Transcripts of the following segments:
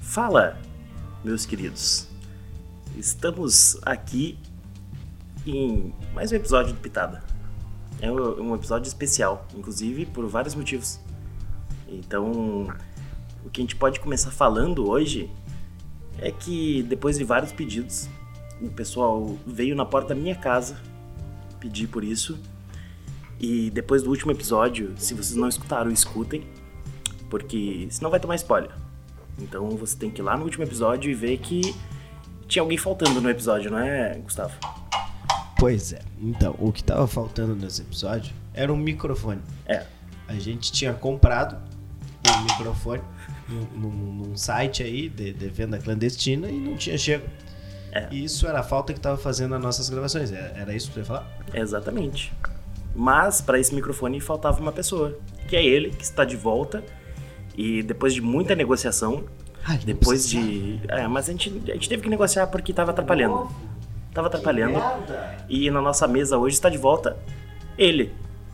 Fala, meus queridos. Estamos aqui em mais um episódio do Pitada. É um um episódio especial, inclusive por vários motivos. Então, o que a gente pode começar falando hoje é que depois de vários pedidos, o pessoal veio na porta da minha casa pedir por isso. E depois do último episódio, se vocês não escutaram, escutem, porque senão vai tomar spoiler. Então você tem que ir lá no último episódio e ver que tinha alguém faltando no episódio, não é, Gustavo? Pois é. Então, o que tava faltando nesse episódio era um microfone. É. A gente tinha comprado um microfone num- num, num site aí de, de venda clandestina e não tinha chego. É. E isso era a falta que tava fazendo nas nossas gravações. Era, era isso que tu ia falar? Exatamente. Mas para esse microfone faltava uma pessoa, que é ele, que está de volta. E depois de muita negociação, depois de. É, mas a gente, a gente teve que negociar porque tava atrapalhando. Tava atrapalhando. É. E na nossa mesa hoje está de volta ele,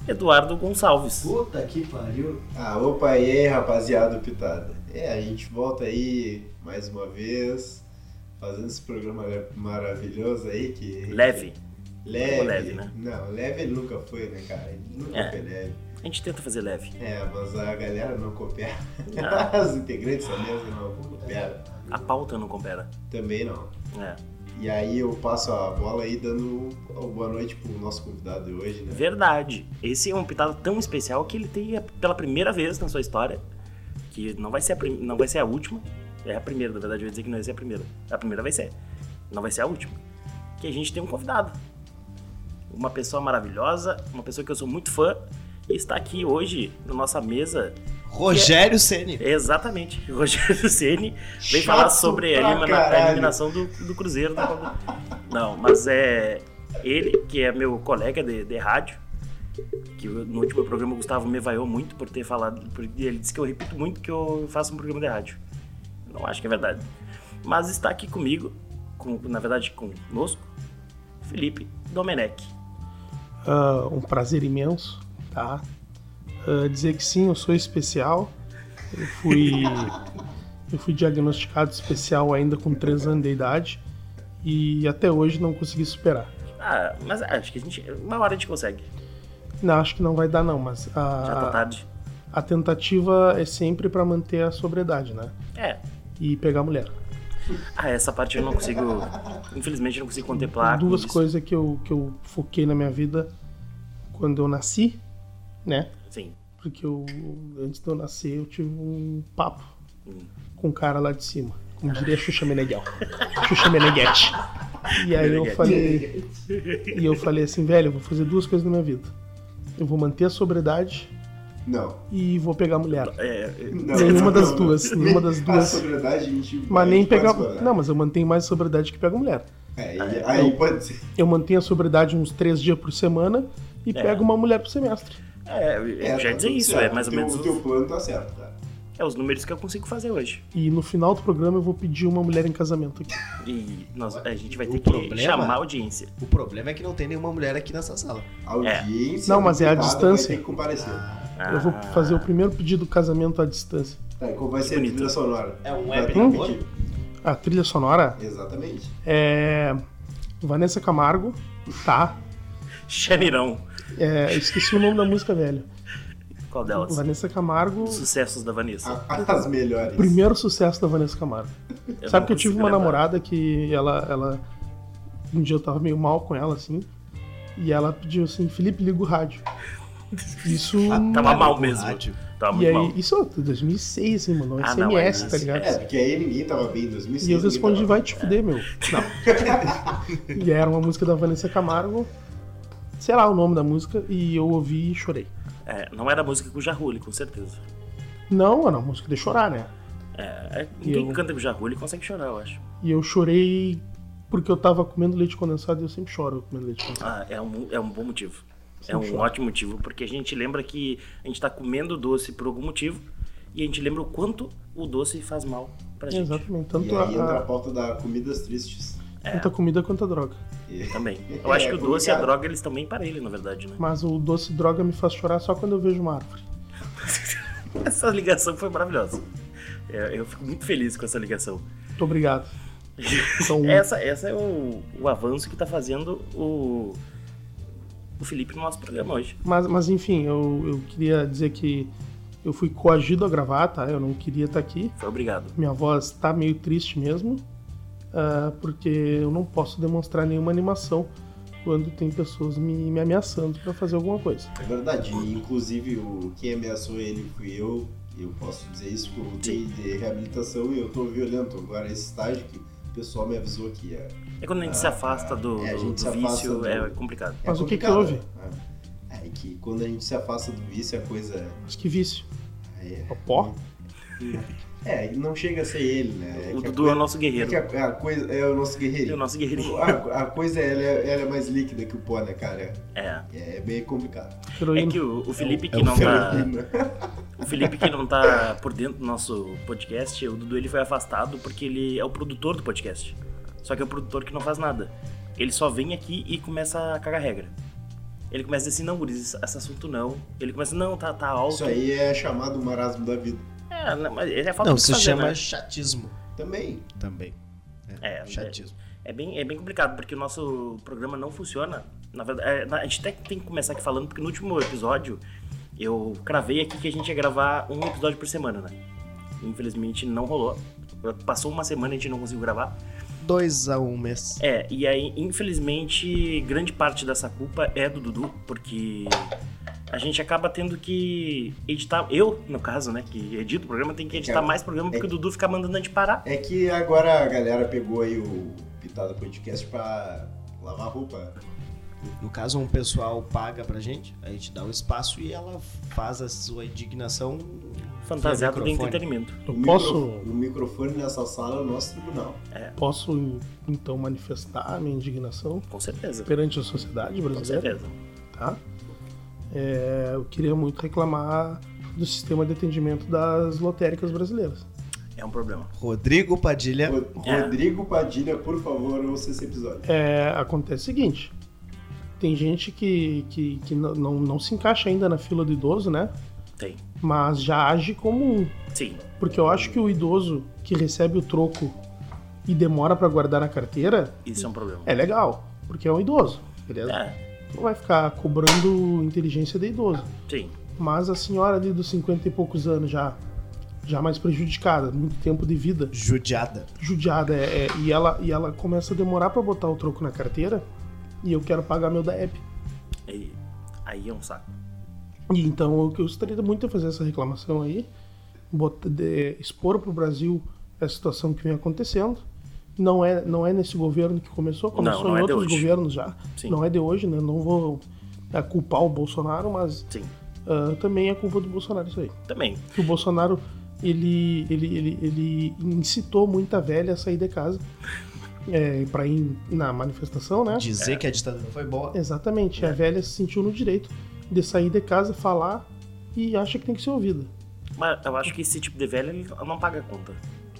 Eduardo Gonçalves. Puta que pariu. Ah, opa, e aí, rapaziada do Pitada? É, a gente volta aí mais uma vez, fazendo esse programa le- maravilhoso aí que... Leve. Leve. leve, né? Não, leve ele nunca foi, né, cara? Ele nunca É. foi leve. A gente tenta fazer leve. É, mas a galera não coopera. Ah. Os integrantes da mesa não cooperam. A pauta não coopera. Também não. É. E aí eu passo a bola aí dando uma boa noite pro nosso convidado de hoje, né? Verdade. Esse é um pitado tão especial que ele tem a- pela primeira vez na sua história, que não vai ser a, prim- não vai ser a última, é a primeira, na verdade, eu ia dizer que não vai ser a primeira. É A primeira vai ser, não vai ser a última. Que a gente tem um convidado. Uma pessoa maravilhosa, uma pessoa que eu sou muito fã, e está aqui hoje na nossa mesa, Rogério Ceni. exatamente, o Rogério Ceni, Vem Chato falar sobre a, pra elimina- a caralho. eliminação do, do Cruzeiro da Copa. Não, mas é ele, que é meu colega de, de rádio, que eu- no último programa o Gustavo me vaiou muito por ter falado. por- ele disse que eu repito muito que eu faço um programa de rádio. Não acho que é verdade. Mas está aqui comigo, com, na verdade conosco, Felipe Domenech. Ah, um prazer imenso, tá? Ah, dizer que sim, eu sou especial. Eu fui, eu fui diagnosticado especial ainda com 3 anos de idade e até hoje não consegui superar. Ah, mas acho que a gente. Uma hora a gente consegue. Não, acho que não vai dar não, mas Já tá a, tarde. a tentativa é sempre pra manter a sobriedade, né? É. E pegar a mulher. Ah, essa parte eu não consigo. Infelizmente eu não consigo contemplar. com Duas isso. coisas que eu, que eu foquei na minha vida quando eu nasci, né? Sim. Porque eu, antes de eu nascer, eu tive um papo Hum. com um cara lá de cima. Como diria Xuxa Meneghel. Xuxa Meneghete. E aí eu Meneghete. falei. E eu falei assim, velho, eu vou fazer duas coisas na minha vida. Eu vou manter a sobriedade Não. e vou pegar a mulher. É, Não, Nenhuma não, das não, duas, não. nenhuma das duas. A sobriedade, a gente. a Mas gente nem pegar. pode explorar. Não, mas eu mantenho mais sobriedade que pego mulher. É, e- aí pode ser. Eu mantenho a sobriedade uns três dias por semana e É. pego uma mulher por semestre. é, eu já ia tá dizer tudo isso, certo. é mais ou Teu- menos O os, teu plano tá certo, cara. é, os números que eu consigo fazer hoje. E no final do programa eu vou pedir uma mulher em casamento aqui. E nós, a gente vai O ter que problema- chamar a audiência. O problema é que não tem nenhuma mulher aqui nessa sala. A audiência. Não, mas é a do deputado distância. Vai ter que comparecer. Ah, Eu vou fazer o primeiro pedido do casamento à distância. Tá, e como vai ser a Bonito. trilha sonora? É um Vai web ter que namoro? pedir. A trilha sonora Exatamente. é. Vanessa Camargo, tá? Xanirão. É, esqueci o nome da música, velho. Qual delas? Vanessa Camargo, Sucessos da Ah, Vanessa. A- As melhores. primeiro sucesso da Vanessa Camargo. Eu Sabe não que eu tive consigo uma lembrar. namorada que ela, ela. Um dia eu tava meio mal com ela, assim. E ela pediu assim: Felipe, liga o rádio. Isso. Ah, Tava mal mesmo. Rádio. Tava E muito mal. aí, isso é 2006, assim, mano. Ah, SMS, não, é tá isso. ligado? É, porque aí ninguém tava bem em 2006. E eu respondi, ninguém tava- vai te fuder, meu. Não. e era uma música da Vanessa Camargo, sei lá o nome da música, e eu ouvi e chorei. É, não era a música com o Jarulli, com certeza. Não, era uma música de chorar, né? É, é, ninguém Eu- que canta com o Jarulli consegue chorar, eu acho. E eu chorei porque eu tava comendo leite condensado e eu sempre choro comendo leite condensado. Ah, é, um, é um bom motivo. É Sem um chorar. ótimo motivo, porque a gente lembra que a gente tá comendo doce por algum motivo e a gente lembra o quanto o doce faz mal pra gente. Exatamente. Tanto E aí entra a, a pauta da Comidas Tristes. É. a- tanto a comida quanto a droga. E- Também. Eu acho É, que o doce e a complicado. droga, eles também parelham, na verdade, né? Mas o doce droga me faz chorar só quando eu vejo uma árvore. Essa ligação foi maravilhosa. É, eu fico muito feliz com essa ligação. Muito obrigado. Então, Essa, essa é o, o avanço que tá fazendo o, o Felipe no nosso programa hoje. Mas, mas enfim, eu, eu queria dizer que eu fui coagido a gravar, tá? Eu não queria estar aqui. Foi obrigado. Minha voz tá meio triste mesmo, ah, porque eu não posso demonstrar nenhuma animação quando tem pessoas me, me ameaçando pra fazer alguma coisa. É verdade, e, inclusive o quem ameaçou ele fui eu, e eu posso dizer isso que eu voltei de reabilitação e eu tô violento agora esse estágio que o pessoal me avisou que é, É quando a gente se afasta do, é, a do- gente do se afasta vício, do- é complicado. é Mas o que que complicado, houve? né? É, é que quando a gente se afasta do vício a coisa Mas que vício. é, É o pó? é, não chega a ser ele, né? É O que Dudu é a o coisa- nosso é que guerreiro. a, a coisa é o nosso E o guerreirinho. nosso guerreirinho. A, a coisa ela é, ela é mais líquida que o pó, né, cara? É. É bem complicado. É Heroína. que o, o Felipe que é o não tá. Heroína. O Felipe que não tá por dentro do nosso podcast, o Dudu ele foi afastado porque ele é o produtor do podcast. Só que é o produtor que não faz nada. Ele só vem aqui e começa a cagar regra. Ele começa a dizer assim, não, Guriz, esse- esse assunto não. Ele começa, não, tá, tá alto. Isso aí é chamado marasmo da vida. É, não, mas ele é falta Não, do que se fazer, chama né? chatismo. Também. Também. É, chatismo. É bem, é bem complicado, porque o nosso programa não funciona. Na verdade, é, na- a gente até tem que começar aqui falando, porque no último episódio eu cravei aqui que a gente ia gravar um episódio por semana, né? Infelizmente não rolou. Passou uma semana e a gente não conseguiu gravar. Dois a um mês. É, e aí, infelizmente, grande parte dessa culpa é do Dudu, porque a gente acaba tendo que editar. Eu, no caso, né, que edito o programa, tem que editar Cara, mais programa, porque o Dudu fica mandando a gente parar. É que agora a galera pegou aí o Pitada Podcast pra lavar roupa. No caso, um pessoal paga pra gente, a gente dá o espaço e ela faz a sua indignação. Fantasiado do microfone. entretenimento. Eu micro- posso, O microfone nessa sala é o nosso tribunal. posso, então, manifestar a minha indignação Com certeza. perante a sociedade Com brasileira? certeza. tá? É, eu queria muito reclamar do sistema de atendimento das lotéricas brasileiras. É um problema. Rodrigo Padilha. Ro- É. Rodrigo Padilha, por favor, ouça esse episódio. É, acontece o seguinte: tem gente que, que, que não, não, não se encaixa ainda na fila do idoso, né? Tem. Mas já age como um. Sim. Porque eu acho que o idoso que recebe o troco e demora pra guardar na carteira Isso é um problema. é legal, porque é um idoso, beleza? É, Não vai ficar cobrando inteligência de idoso. sim. Mas a senhora ali dos 50 e poucos anos já, já mais prejudicada, muito tempo de vida, Judiada. judiada, é, é, e, ela, e ela começa a demorar pra botar o troco na carteira e eu quero pagar meu da app. E aí é um saco. E então eu gostaria muito de fazer essa reclamação aí, bota, de, expor pro Brasil a situação que vem acontecendo. Não é, não é nesse governo que começou, começou Não, não em é de outros hoje. governos já. Sim. Não é de hoje, né? Não vou é, culpar o Bolsonaro, mas Sim. ah, também é culpa do Bolsonaro isso aí. Também. que o Bolsonaro ele, ele, ele, ele incitou muita velha a sair de casa é, para ir na manifestação, né? É. Dizer que a ditadura foi É. boa. Exatamente. A velha se sentiu no direito de sair de casa, falar e acha que tem que ser ouvida. Mas eu acho que esse tipo de velho ele não paga a conta.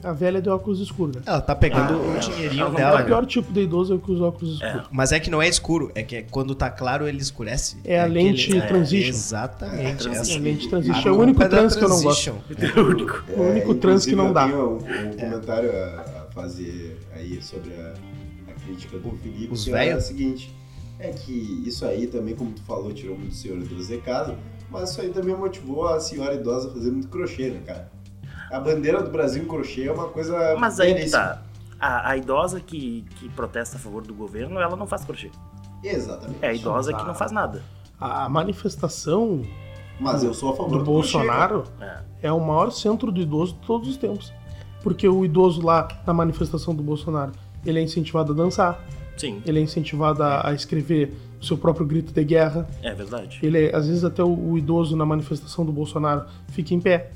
A velha deu óculos escuros, né? Ela tá pegando Ah, o não. dinheirinho Ela não dela. É o né? pior tipo de idoso é o que usa óculos escuros. Mas é que não é escuro, é que é quando tá claro ele escurece. É a lente transition. Exatamente. É, essa. A transition. lente A transition é o culpa único da trans que eu não gosto. transition. É o único. O único trans que não dá. É. Eu tenho um, um comentário a, a fazer aí sobre a, a crítica do Felipe. Os que é o velho? seguinte: é que isso aí também, como tu falou, tirou muito senhor do Zé Casa, mas isso aí também motivou a senhora idosa a fazer muito crochê, né, cara? A bandeira do Brasil em crochê é uma coisa. Mas aí que belíssima. tá. A, a idosa que, que protesta a favor do governo, ela não faz crochê. Exatamente. É a idosa tá. que não faz nada. A manifestação Mas eu sou a favor do Bolsonaro É. é o maior centro do idoso de todos os tempos. Porque o idoso lá na manifestação do Bolsonaro, ele é incentivado a dançar, Sim, ele é incentivado a, a escrever o seu próprio grito de guerra. é verdade. Ele, é- às vezes até o, o idoso na manifestação do Bolsonaro fica em pé,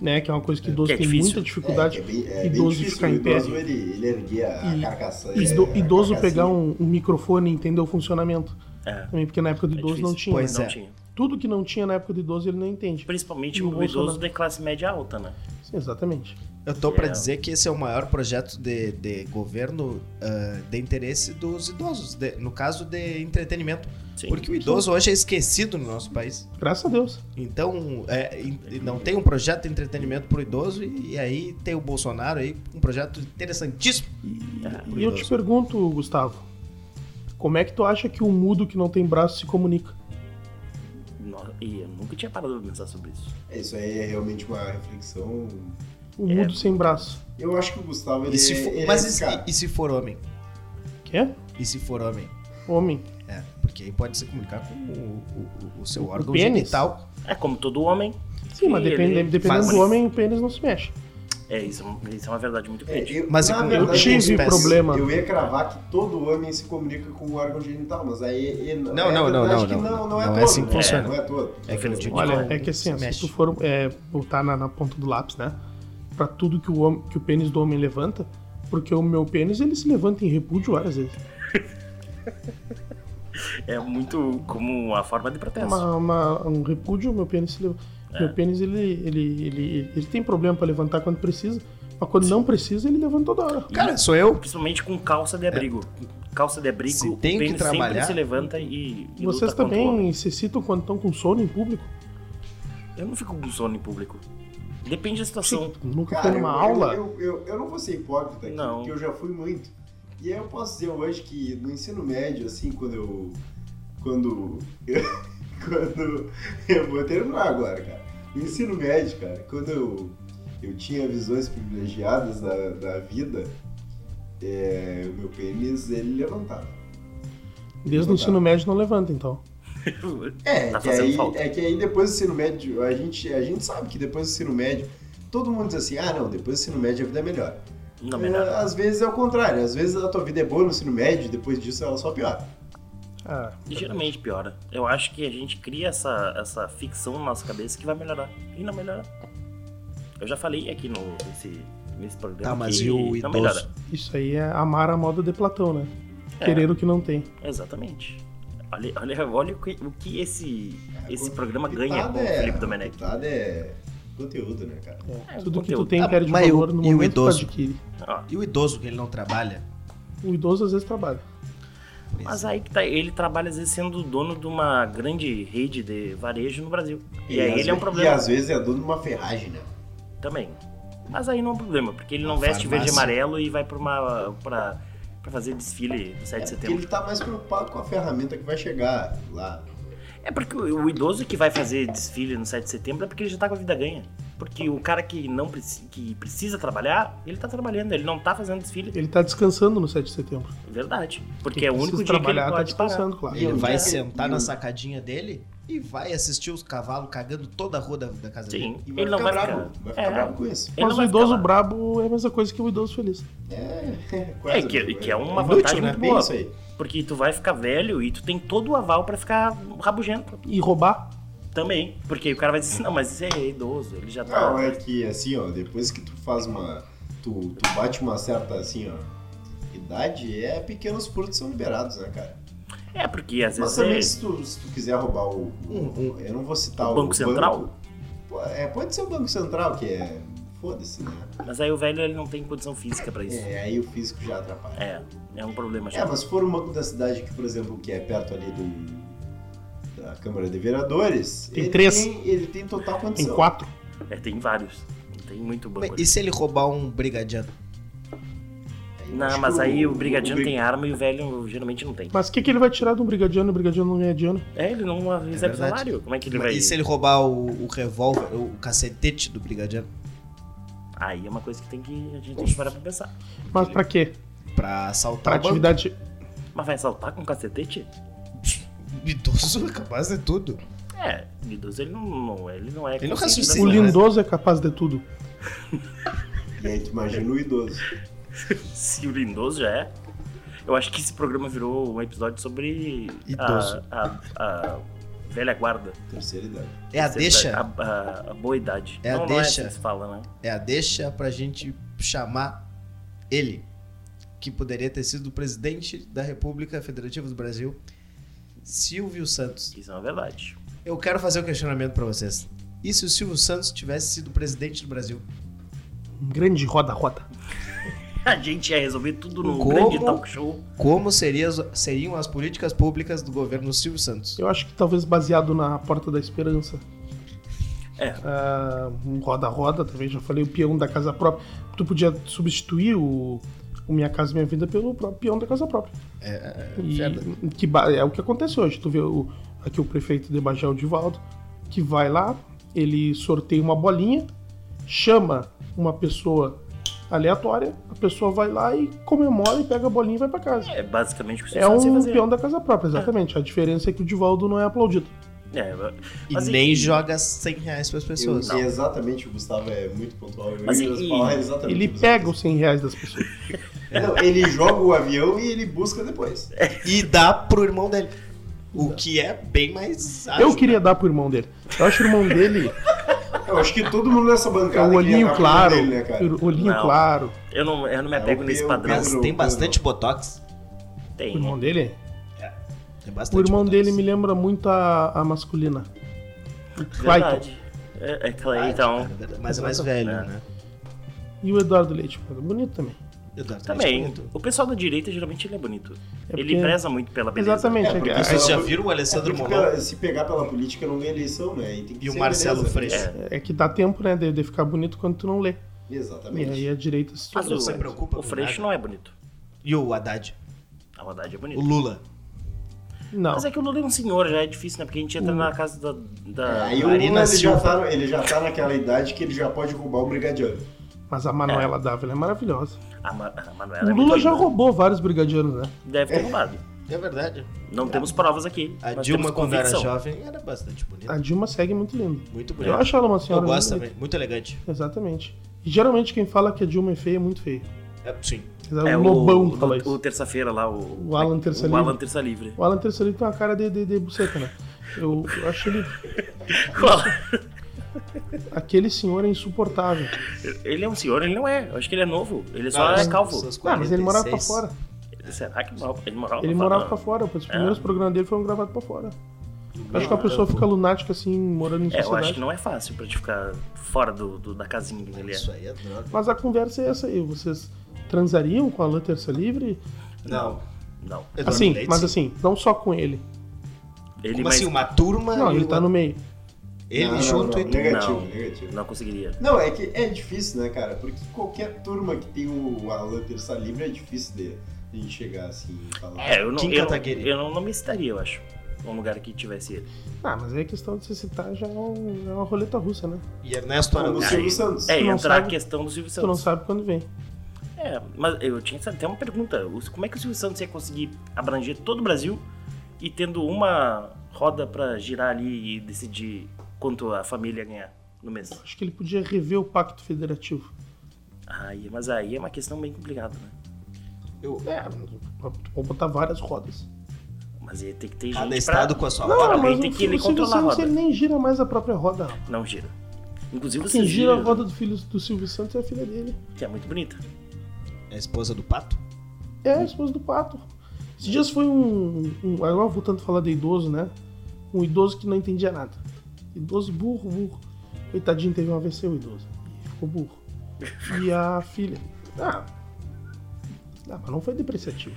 né? Que é uma coisa que o idoso que é tem difícil. muita dificuldade. É, que é bem, é bem idoso difícil ficar o em pé. idoso, ele, ele erguer a E- carcaça. E é, ido- a idoso carcassinha. pegar um, um microfone e entender o funcionamento. É. Também porque na época do É idoso difícil. não tinha. Pois né? Não é. tinha. Tudo que não tinha na época do idoso ele não entende. Principalmente E o o idoso Bolsonaro? de classe média alta, né? Sim, exatamente. Eu tô pra É. dizer que esse é o maior projeto de, de governo ah, de interesse dos idosos, de- no caso de entretenimento. Sim. Porque o idoso hoje é esquecido no nosso país. Graças a Deus. Então, é, e- e não tem um projeto de entretenimento pro idoso e, e aí tem o Bolsonaro aí, um projeto interessantíssimo. pro E eu te idoso. pergunto, Gustavo, como é que tu acha que o mudo que não tem braço se comunica? No- E eu nunca tinha parado pra pensar sobre isso. É, Isso aí é realmente uma reflexão. O mudo sem braço. Eu acho que o Gustavo ele, E se é- for- ele mas é e esse se- cara. e se for homem? Quê? E se for homem? Homem. É, porque aí pode se comunicar com o, o- o- o seu órgão pênis? genital. É como todo homem. Sim, mas que depende- ele dependendo faz- do homem, o pênis não se mexe. É, isso, é um- isso é uma verdade muito É, grande. eu, Mas na eu verdade, tive eu- problema. Eu ia cravar que todo homem se comunica com o órgão genital, mas aí. e- Não, não, é não, verdade não, que não, Não, não é é todo. assim que né? funciona. Não é todo. É que Infelizmente, Olha, Olha, é que assim, ó, se se tu mexe. for é, botar na, na ponta do lápis, né? Pra tudo que o, homem, que o pênis do homem levanta, porque o meu pênis ele se levanta em repúdio várias vezes. É muito como uma forma de protesto. Uma- uma- um repúdio, meu pênis se levanta. É. Meu pênis ele, ele, ele, ele tem problema pra levantar quando precisa, mas quando não precisa, ele levanta toda hora. Cara, sou eu. Principalmente com calça de abrigo. Calça de abrigo, É. Se o tem que pênis trabalhar- sempre se levanta e, e Vocês luta contra o homem. também se citam quando estão com sono em público? Eu não fico com sono em público. Depende da situação. Nunca Cara, foi uma eu, aula? Eu, eu, eu não vou ser hipócrita aqui, Não. porque eu já fui muito. E aí eu posso dizer hoje que no ensino médio, assim, quando eu. Quando. Eu, quando. Eu vou terminar agora, cara. No ensino médio, cara, quando eu, eu tinha visões privilegiadas da, da vida, é, o meu pênis ele levantava. Desde o ensino médio não levanta, então. É, Tá que fazendo aí, falta. é que aí depois do ensino médio, a gente, a gente sabe que depois do ensino médio, todo mundo diz assim, ah não, depois do ensino médio a vida é melhor. Não, É, melhor. Às vezes é o contrário, às vezes a tua vida é boa no ensino médio, depois disso ela só piora. É. Ah, Geralmente piora. Eu acho que a gente cria essa, essa ficção na nossa cabeça que vai melhorar. E não melhora. Eu já falei aqui no, nesse, nesse programa. Tá, mas que e o não idoso? melhora. isso aí é amar a moda de Platão, né? É. Querer o que não tem. Exatamente. Olha, olha, olha o, que, o que esse, esse É, quando- programa ganha Pitada com o é- Felipe Domenech. Pitada é conteúdo, né, cara? É, É, tudo que tu conteúdo. tem Ah, perde mas valor e o- no e o momento que tu idoso? adquire. Ó, E o idoso que ele não trabalha? O idoso às vezes trabalha. Mas aí que tá, ele trabalha às vezes sendo dono de uma grande rede de varejo no Brasil. E, aí às ele é um ve- problema E às vezes é dono de uma ferragem, né? também. Mas aí não é um problema, porque ele não Uma veste verde e farmácia. amarelo e vai pra uma. pra, pra fazer desfile no 7 de um É porque setembro. ele tá mais preocupado com a ferramenta que vai chegar lá. É porque o o idoso que vai fazer desfile no 7 de setembro é porque ele já tá com a vida ganha. Porque o cara que não preci- que precisa trabalhar, ele tá trabalhando, ele não tá fazendo desfile. Ele tá descansando no 7 de setembro. Verdade. Porque Quem é o único precisa dia que ele trabalhar tá pode parar. descansando, claro. E Ele um vai dia- sentar e na um- sacadinha dele e vai assistir os cavalos cagando toda a rua da, da casa dele. Sim, E ele não vai ficar. bravo. Vai ficar é, bravo com isso. ele não Mas o vai ficar idoso lá. brabo é a mesma coisa que o idoso feliz. É, é, É, quase. que, que é uma Inútil, vantagem né? muito Bem boa. isso aí. Porque tu vai ficar velho e tu tem todo o aval pra ficar rabugento E roubar? também. Porque o cara vai dizer assim, não, mas esse é idoso, ele já tá. Não, é que assim, ó, depois que tu faz uma. Tu, tu bate uma certa, assim, ó. Idade, é pequenos furtos são liberados, né, cara? É, porque às vezes Mas também, é, se tu, se tu quiser roubar o. Uhum. Um- eu não vou citar O o. Banco Central? Pô, é, pode ser o Banco Central, que é. Foda-se, né? mas aí o velho ele não tem condição física pra isso. É, aí o físico já atrapalha. É, é um problema já. É, mas se for um banco da cidade que, por exemplo, que é perto ali do. Da Câmara de Vereadores. Tem ele três. Tem, ele tem total Em condição. quatro? É, tem vários. Tem muito Mas banco. ali. E se ele roubar um brigadiano? Aí eu acho Não, que mas aí o brigadiano brig- tem arma e o velho geralmente não tem. Mas o que, que ele vai tirar de um brigadiano? O brigadiano não ganha dinheiro. É, ele não recebe verdade. salário. Como é que ele vai. E se ele roubar o, o revólver, o cacetete do brigadiano? Aí é uma coisa que tem que. A gente tem que parar pra pensar. Mas pra quê? Pra Pra assaltar o banco? atividade. Mas vai assaltar com um cacetete? O Idoso é capaz de tudo. É, o idoso ele não, não- ele não é. Ele não consciente raciocina. né? O das Sim, coisas. lindoso é capaz de tudo. E aí tu imagina o idoso. Se o lindoso já é. Eu acho que esse programa virou um episódio sobre. Idoso. A, a- a velha guarda. Terceira idade. É a A, deixa, a- a boa idade. É a não, não deixa. assim que se fala, né? é a deixa pra gente chamar ele, que poderia ter sido o presidente da República Federativa do Brasil, Silvio Santos. Isso é uma verdade. Eu quero fazer um questionamento pra vocês. E se o Silvio Santos tivesse sido presidente do Brasil? Um grande roda-roda. a gente ia resolver tudo num Como? grande talk show. Como seria as- seriam as políticas públicas do governo Silvio Santos? Eu acho que talvez baseado na Porta da Esperança. É. Ah, um roda-roda, talvez já falei, o peão da casa própria. Tu podia substituir o, o Minha Casa Minha Vida pelo próprio peão da casa própria. É, verdade. que ba- é o que acontece hoje. Tu vê o, aqui o prefeito de Bagé, o Divaldo, que vai lá, ele sorteia uma bolinha, chama uma pessoa aleatória, a pessoa vai lá e comemora e pega a bolinha e vai pra casa. É basicamente o que É vocês fazem um fazer. peão da casa própria, exatamente. A diferença é que o Divaldo não é aplaudido. É, E mas nem joga 100 reais para as Eu, pessoas. é exatamente, o Gustavo é muito pontual. Eu Mas ia e- falar é Tá, exatamente Ele o que você pega os assim. 100 reais das pessoas. disse. Não, ele joga o avião e ele busca depois. E dá pro irmão dele. O que é bem mais. né? Eu queria dar pro irmão dele. Eu acho o irmão dele Eu acho que todo mundo nessa é bancada. o olhinho aqui é na claro. frente Dele, né, cara? o olhinho Não. claro. eu não, eu não me É, apego o nesse peão- padrão. Mas Pedro, tem bastante Pedro. botox. O Tem. irmão dele? Tem O bastante irmão botox. dele me lembra muito a, a masculina. O Clayton. Verdade. É, é Clay, Ah, então. cara, verdade. Mas é mais velho, É. né? E o Eduardo Leite, mano, bonito também. Eduardo Também. Leite, bonito. O pessoal da direita geralmente ele é bonito. É ele porque- preza muito pela beleza. Exatamente. É, porque é- isso Vocês já É, viram o Alessandro Porque Molon pela- se pegar pela política, não ganha eleição, né? E, tem que e o ser Marcelo beleza. Freixo? é, que dá tempo, né, de, de ficar bonito quando tu não lê. E Exatamente. aí a direita se Mas torna- o, se preocupa o com Freixo nada. não é bonito. E o Haddad? A Haddad é O bonito. Lula? assim. Não. Mas é que o Lula é um senhor, já é difícil, né? Porque a gente Hum. entra na casa da. É, da... Aí o Marina Lula, ele já, Silva. tá, ele já tá naquela idade que ele já pode roubar o brigadiano. Mas a Manuela Dávila é maravilhosa. A, Ma... a Manuela O é Lula muito já linda. roubou vários brigadianos, né? Deve ter roubado. É verdade. Não temos provas aqui. A mas Dilma, temos quando era convicção. jovem, era bastante bonita. A Dilma segue muito linda. Muito Eu bonita. acho ela é uma É. Eu senhora. gosto muito- também. Muito elegante. Exatamente. E geralmente quem fala que a Dilma é feia é muito feia. É, sim. É, o Lobão o, fala o- isso. o terça-feira lá, o, é O Alan Terça o Alan Livre. Terça Livre. O Alan Terceiro tem uma cara de, de, de buceta, né? Eu, eu acho ele. O Alan- Aquele senhor é insuportável. Ele é um senhor, ele não é. Eu acho que ele é novo. Ele só Não, é são- calvo. são os Ah, mas ele morava pra 46. fora. Será que mora- ele morava Ele pra morava fora? pra fora. Os primeiros programas dele foram gravados pra fora. Eu acho que a pessoa Campo. fica lunática assim, morando em É, eu acho que sociedade. não é fácil pra te ficar fora do, do- da casinha que ele é. Isso aí é droga. Mas a conversa é essa aí. Vocês transariam com a Alan Terça Livre? Não. Não. Eduardo Assim, Leite, mas sim. assim, não só com ele. Ele Como mas assim, uma turma? Não, e ele o- tá no meio. Ele Não, não, junto não, e tudo. Negativo, Não. negativo. não conseguiria. Não, é que é difícil, né, cara? Porque qualquer turma que tem o Alan Terça Livre é difícil de a gente chegar assim e falar. É, eu não, Kim eu, não- Kataguiri. eu não, não me citaria, eu acho. Um lugar que tivesse ele. Ah, mas aí a questão de se citar já é, um- é uma roleta russa, né? E Ernesto Como o Araújo. Silvio Santos. É, Tu não entrar sabe- a questão do Silvio Tu não Santos. sabe quando vem. É, mas eu tinha até uma pergunta. O- Como é que o Silvio Santos ia conseguir abranger todo o Brasil e tendo uma roda pra girar ali e decidir quanto a família ia ganhar no mês? Acho que ele podia rever o pacto federativo. Aí, mas aí é uma questão bem complicada, né? Eu- É, tu pode botar várias rodas. Mas ia ter que ter Cada gente pra... estado com a sua Não, roda. mas- Leite. Tá, tem o que Silvio ele controlar a Santos, roda. ele nem gira mais a própria roda. rapaz. Não gira. Inclusive Quem você gira gira, a roda do filho do Silvio Santos é a filha dele. que é muito bonita. É a esposa do pato? É a esposa do pato. Esses dias foi um. um agora voltando a falar de idoso, né? Um idoso que não entendia nada. Idoso burro, burro. Coitadinho, teve um AVC, o idoso. E ficou burro. E a filha. Ah. Ah, mas não foi depreciativo.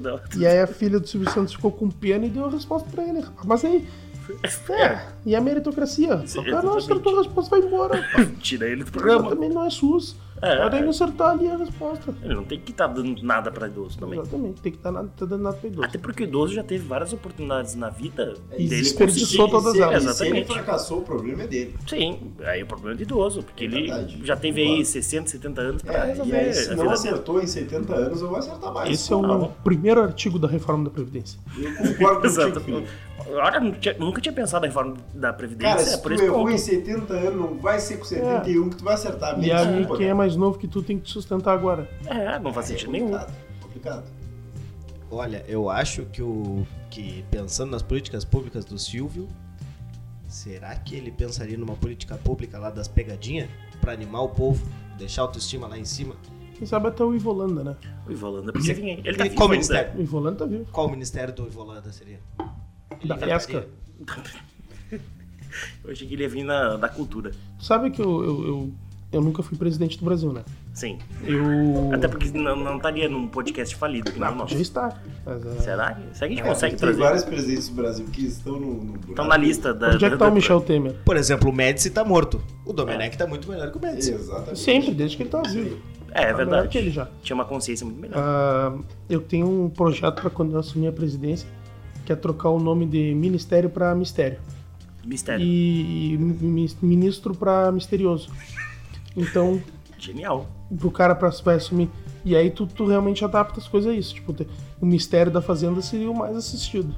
Não. E aí a filha do Silvio Santos ficou com pena e deu a resposta pra ele. rapaz. Mas aí. É, e a meritocracia? O cara não acertou a resposta, vai embora. rapaz. Tira ele do O programa programa. também não é SUS. É. Ela tem que acertar ali a resposta. Ele não tem que estar dando nada pra idoso também. Exatamente, tem que estar nada, tá dando nada pra idoso. Até porque o idoso já teve várias oportunidades na vida E dele desperdiçou conseguir- todas se, elas. se ele Exatamente. fracassou, o problema é dele. Sim, aí o problema é do idoso, porque É ele verdade. já teve aí Claro. 60, 70 anos pra É, e resolver. aí, se a não vida um dele. acertou em 70 anos, eu vou acertar Ah, tá. mais. Esse é o Não. primeiro artigo da reforma da Previdência. Eu concordo contigo, Exato. Felipe. Olha, não tinha- nunca tinha pensado na reforma da Previdência, Cara, é se por tu isso que errou eu- em 70 anos, não vai ser com 71 que tu vai acertar. Me E aí, desculpa, quem é cara. mais novo que tu tem que te sustentar agora. É, não faz É sentido nenhum. complicado, complicado. Olha, eu acho que o que pensando nas políticas públicas do Silvio, será que ele pensaria numa política pública lá das pegadinhas pra animar o povo, deixar a autoestima lá em cima? Quem sabe até o Ivolanda, né? O Ivolanda precisa vir aí. Ele tá Ele- vivo qual ainda. ministério? O Ivolanda tá vivo. Qual o ministério do Ivolanda seria? Ele Da tá inventaria? pesca. Eu achei que ele ia vir na, da cultura. Tu Sabe que eu, eu, eu eu nunca fui presidente do Brasil, né? Sim. Eu. Até porque não, não estaria num podcast falido, que não é o Não, nosso. podia estar. Mas, é, Será? que- Será que a gente Cara, consegue É, Tem trazer? vários presidentes do Brasil que estão no. no Estão buraco. na lista da. Onde é que tá da- o Michel Temer? Por exemplo, o Médici tá morto. O Domenech tá muito melhor que o Médici. Exatamente. Sempre, desde que ele tá vivo. É, é Tá melhor que ele verdade. já. Tinha uma consciência muito melhor. Ah, eu tenho um projeto para quando eu assumir a presidência, que é trocar o nome de ministério para mistério. Mistério. Ah, E, e mi- ministro para misterioso. Então, Genial. pro cara pra, vai assumir. E aí tu, tu realmente adapta as coisas a isso. Tipo, te- o mistério da fazenda seria o mais assistido.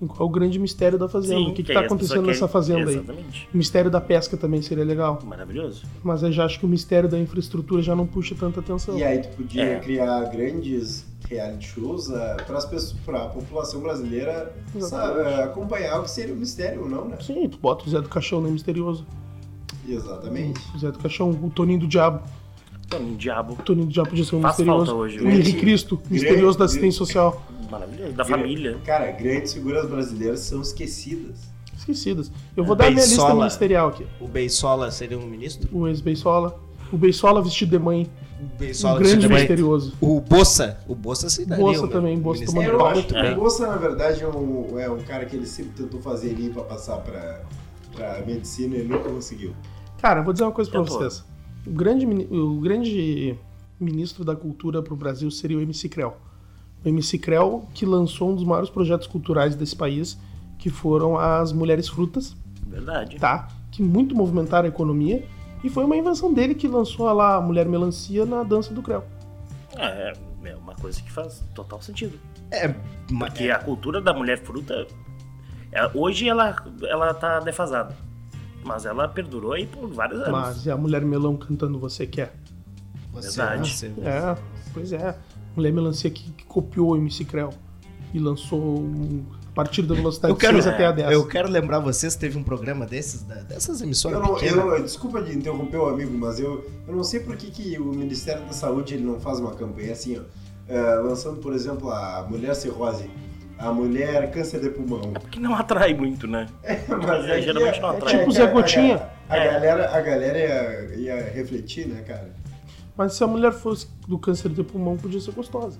E Qual é o grande mistério da fazenda? o que, que aí tá é? as pessoas acontecendo nessa querem- fazenda aí? Exatamente. O mistério da pesca também seria legal. Maravilhoso. Mas eu já acho que o mistério da infraestrutura já não puxa tanta atenção. E aí tu podia É. criar grandes reality shows para pessoas, pra população brasileira Exatamente. sabe, eh, acompanhar o que seria o mistério ou não, né? Sim, tu bota o Zé do Caixão, né? Misterioso. Exatamente. O Zé do Caixão, o Toninho do Diabo. Então, um diabo. O Toninho do Diabo podia ser um Faz misterioso. falta hoje, o né? Henrique Cristo, misterioso Grande- da assistência social. Maravilhoso. Da Gre- família. Cara, grandes figuras brasileiras são esquecidas. Esquecidas. Eu vou dar Bem minha lista sola. ministerial aqui. O Beisola seria um ministro? O ex-Beisola. O Beisola vestido de mãe. O Um Beisola que grande seria mais- misterioso. O Bossa. O Bossa se daria. Bossa um- também, um Bossa ministro. tomando Eu acho muito que bem. o Bolsa, na verdade, é um, é um cara que ele sempre tentou fazer ali pra passar pra, pra medicina e nunca conseguiu. Cara, eu vou dizer uma coisa pra Eu tô. vocês. O grande, mini- o grande ministro da cultura pro Brasil seria o MC Creu. O MC Creu que lançou um dos maiores projetos culturais desse país, que foram as Mulheres Frutas, Verdade. tá? Que muito movimentaram a economia. E foi uma invenção dele que lançou a lá a Mulher Melancia na dança do Creu. É, é uma coisa que faz total sentido. É, ma- Porque a cultura da mulher fruta, é, hoje ela, ela tá defasada. Mas ela perdurou aí por vários anos. Mas e a Mulher Melão cantando Você Quer? você- Verdade. você- É, pois é. Mulher Melancia que, que copiou o MC Creu e lançou um- a partir da velocidade Eu de quero, 6 até a 10. eu quero lembrar vocês, teve um programa desses, da- dessas é emissoras Eu não, eu pequenas. não- desculpa de interromper o amigo, mas eu, eu não sei por que, que o Ministério da Saúde ele não faz uma campanha assim, ó, eh, lançando, por exemplo, a mulher cirrose, a mulher câncer de pulmão. Porque não atrai muito, né? Mas É, é, geralmente não atrai. É. Tipo Zé Gotinha. A, galera, a galera ia, ia refletir, né, cara? Mas se a mulher fosse do câncer de pulmão, podia ser gostosa.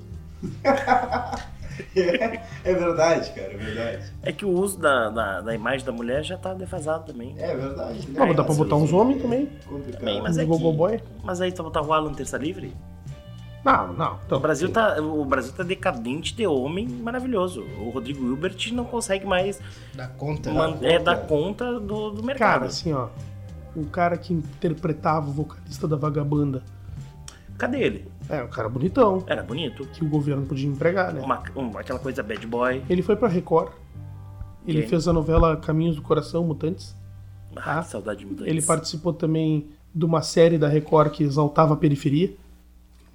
É, verdade, cara, é verdade. É que o uso da, da, da imagem da mulher já tá defasado também. É verdade. né? Não, mas dá pra mas botar eu- uns homens também. Complicado. Também, mas é Um gogo que- boy? Mas aí tu botar o Alan Terça Livre? Não, não. O Então, Brasil, tá, o Brasil tá decadente de homem maravilhoso. O Rodrigo Hilbert não consegue mais Então, Da conta. man- conta. é, dar conta do, do mercado. cara, assim, ó. O cara que interpretava o vocalista da vagabanda. Cadê ele? É, um cara bonitão. Era bonito. Que o governo podia empregar, né? Uma, um- aquela coisa bad boy. Ele foi pra Record. Ele Quem? fez a novela Caminhos do Coração, Mutantes. Ah, Ah, que saudade de mudança. Ele participou também de uma série da Record que exaltava a periferia.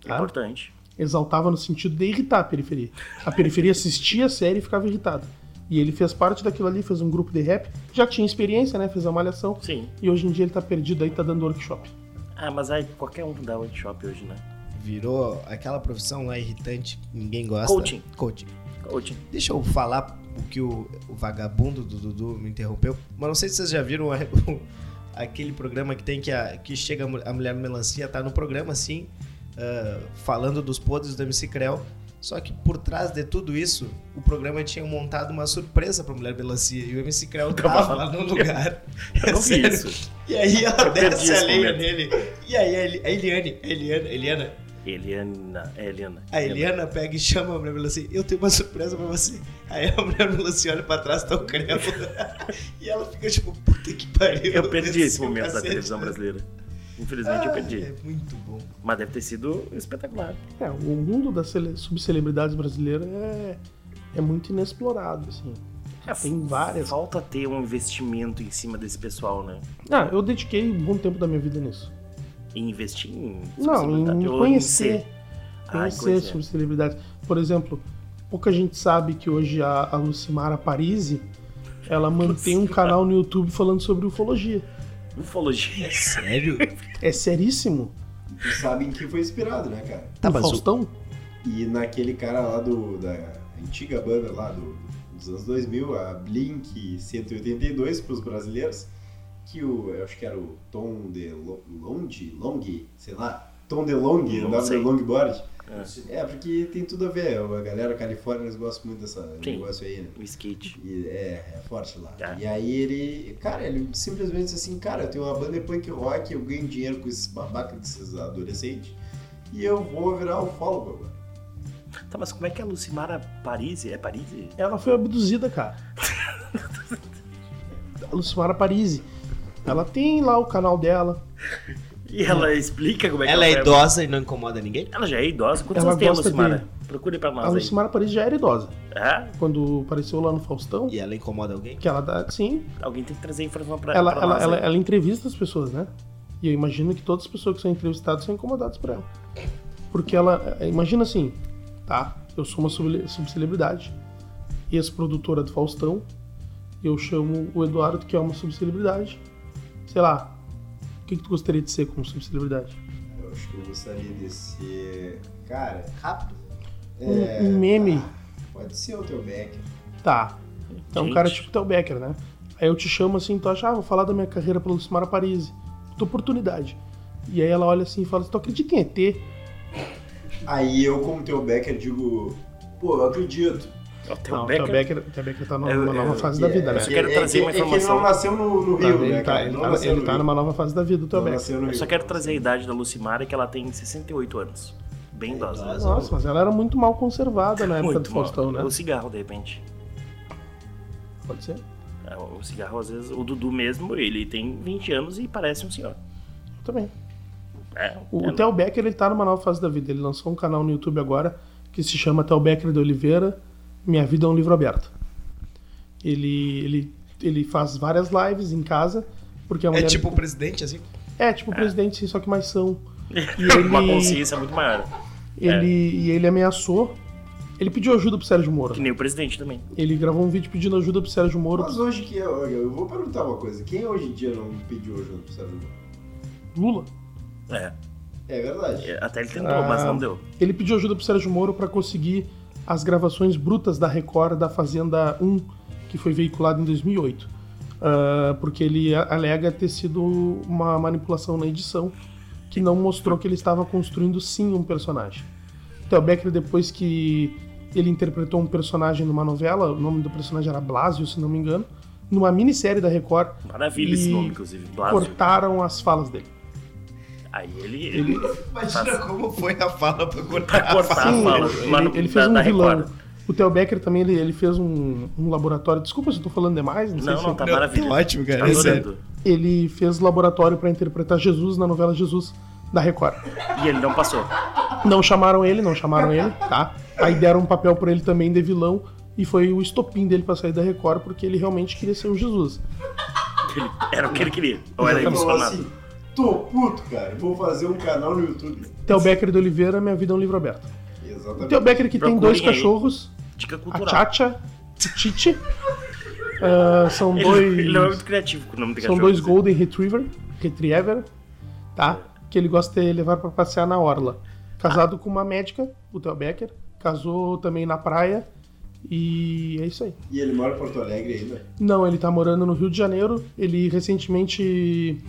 tá? É Importante. Exaltava no sentido de irritar a periferia. A periferia assistia a série e ficava irritada. E ele fez parte daquilo ali, fez um grupo de rap. Já tinha experiência, né? Fez a malhação. Sim. E hoje em dia ele tá perdido aí, tá dando workshop. Ah, mas aí qualquer um dá workshop hoje, né? Virou aquela profissão lá irritante, ninguém gosta. Coaching. Coaching. Coaching. Deixa eu falar o que o, o vagabundo do Dudu me interrompeu. Mas não sei se vocês já viram a- o- aquele programa que tem que, a, que chega a, mu- a mulher melancia, tá no programa assim, ah, falando dos podres do MC Creu. Só que por trás de tudo isso, o programa tinha montado uma surpresa pra mulher melancia. E o MC Creu tava lá no lugar. Eu não vi É sério. isso. E aí ela Eu perdi desce a esse lenha momento. nele. E aí a Eli- a Eliane, a Eliana, Eliana, Eliana. é Eliana. a Ah, Eliana pega e chama a mulher e fala assim: Eu tenho uma surpresa pra você. Aí a mulher falou assim: Olha pra trás, tá o cremo. e ela fica tipo: Puta que pariu. Eu perdi esse desci o momento da cacete. televisão brasileira. Infelizmente eu Ah, perdi. É muito bom. Mas deve ter sido espetacular. É, o mundo das cele- subcelebridades brasileiras é, é muito inexplorado, assim. É, Tem várias. Falta ter um investimento em cima desse pessoal, né? Ah, eu dediquei um bom tempo da minha vida nisso. E investir em. Não, possibilidade- em ou conhecer. ser. Ah, Ai, Conhecer é. coisa. sobre celebridades. Por exemplo, pouca gente sabe que hoje a, a Lucimara Parisi, ela mantém um canal no YouTube falando sobre ufologia. Ufologia. Sério? É seríssimo. Tu sabe em que foi inspirado, né, cara? Tá, o mas o- Faustão? E naquele cara lá do, da antiga banda lá do, dos anos 2000, a Blink 182 pros brasileiros, que o, eu acho que era o Tom de Lo- Longe, Long, sei lá, Tom de Long, Não andava sei. no longboard. É, porque tem tudo a ver, a galera californiana eles gostam muito desse Sim. negócio aí, né? O um skate. E é, é forte lá. Tá. E aí ele, cara, ele simplesmente disse assim, cara, eu tenho uma banda de punk rock, eu ganho dinheiro com esses babacas, com esses adolescentes, e eu vou virar o follower agora. Tá, mas como é que a Lucimara Parisi? É Parisi? Ela foi abduzida, cara. a Lucimara Parisi. Ela tem lá o canal dela. E ela explica como é que Ela ela é foi- idosa e não incomoda ninguém? Ela já é idosa? Quantos Ela anos tem a gosta Lucimara? Procure pra a nós aí. Lucimara Parisi já era idosa. Ah, Quando apareceu lá no Faustão, E ela incomoda É alguém? que ela dá. Sim, alguém tem que trazer informação pra, ela, pra ela, nós ela, aí. ela entrevista as pessoas, né? E eu imagino que todas as pessoas que são entrevistadas são incomodadas por ela. Porque ela. Imagina assim, tá? Eu sou uma subli- subcelebridade, ex-produtora do Faustão, e eu chamo o Eduardo, que é uma subcelebridade. Sei lá, o que, que tu gostaria de ser como subcelebridade? Eu acho que eu gostaria de ser, cara, Rápido. Um- um meme. pode ser o teu back. Tá. É um Gente. cara tipo Tel Becker, né? Aí eu te chamo assim, tu acha, ah, vou falar da minha carreira pela Lucimara Parisi. Tua oportunidade. E aí ela olha assim e fala, tu acredita em ET? Aí eu, como teu backer, digo, pô, eu acredito. Ó, Theo é- Não, o Becker. É, Tel Becker, o Tel Becker tá numa, Eu- numa nova eu- fase da vida, né? só quero trazer é que- uma que informação. ele não nasceu no, no Rio, Tá, né, ele tá, cara? ele não tá, nasceu ele no tá Rio. numa nova fase da vida, o Tel Não Becker. nasceu no Eu Rio. só quero trazer a idade da Lucimara, que ela tem 68 anos. É Bem idosa. idosa. Nossa, mas ela era muito mal conservada na época do mal. Faustão, né? O cigarro, de repente. Pode ser. É, O cigarro, às vezes, o Dudu mesmo, ele tem 20 anos e parece um senhor. Eu também. É, O, é, o Tel Becker, ele tá numa nova fase da vida. Ele lançou um canal no YouTube agora que se chama Tel Becker de Oliveira, Minha Vida é um Livro Aberto. Ele, ele, ele faz várias lives em casa, porque a É mulher... tipo o presidente, assim? É, tipo o presidente, sim, só que mais são. E uma é. ele, consciência muito maior. ele, e ele ameaçou... Ele pediu ajuda pro Sérgio Moro. Que nem o presidente também. Ele gravou um vídeo pedindo ajuda pro Sérgio Moro. Mas hoje que eu, eu vou perguntar uma coisa. Quem hoje em dia não pediu ajuda pro Sérgio Moro? Lula. É, É verdade. é, até ele tentou, Ah. mas não deu. Ele pediu ajuda pro Sérgio Moro para conseguir as gravações brutas da Record da Fazenda 1, que foi veiculada em 2008. Ah, porque ele a- alega ter sido uma manipulação na edição que não mostrou que ele estava construindo sim um personagem. Theo Becker, depois que ele interpretou um personagem numa novela, o nome do personagem era Blasio, se não me engano, numa minissérie da Record, Maravilha esse E nome, inclusive. Blasio. cortaram as falas dele. Aí ele, Imagina como foi a fala pra cortar pra a cortar fala. a Sim, fala. ele, lá no- ele fez da- um da vilão. Record. O Theo Becker também, ele, ele fez um, um laboratório. Desculpa se eu tô falando demais, não, sei Não, se não, tá Não, maravilha. tá ótimo, cara, Tá é sério. adorando. Ele fez laboratório pra interpretar Jesus na novela Jesus da Record. E ele não passou. Não chamaram ele, não chamaram ele, tá? Aí deram um papel pra ele também de vilão e foi o estopim dele pra sair da Record porque ele realmente queria ser o Jesus. Ele- era o que ele queria. Ou era Então, Ele falou emocionado. assim, tô puto, cara. Vou fazer um canal no YouTube. Theo Becker de Oliveira, Minha Vida é um Livro Aberto. O Exatamente. Então- Theo Becker que tem Procurem dois aí. cachorros, Dica a cultural. Chacha, o Titi. Ah, são Ele, dois. ele não é muito criativo com o nome do São cachorro. assim. dois Golden Retriever, Retriever, É. tá? Que ele gosta de levar pra passear na orla. Casado com uma médica, o Theo Becker, casou também na praia e é isso aí. E ele mora em Porto Alegre ainda. Não, ele tá morando no Rio de Janeiro. Ele recentemente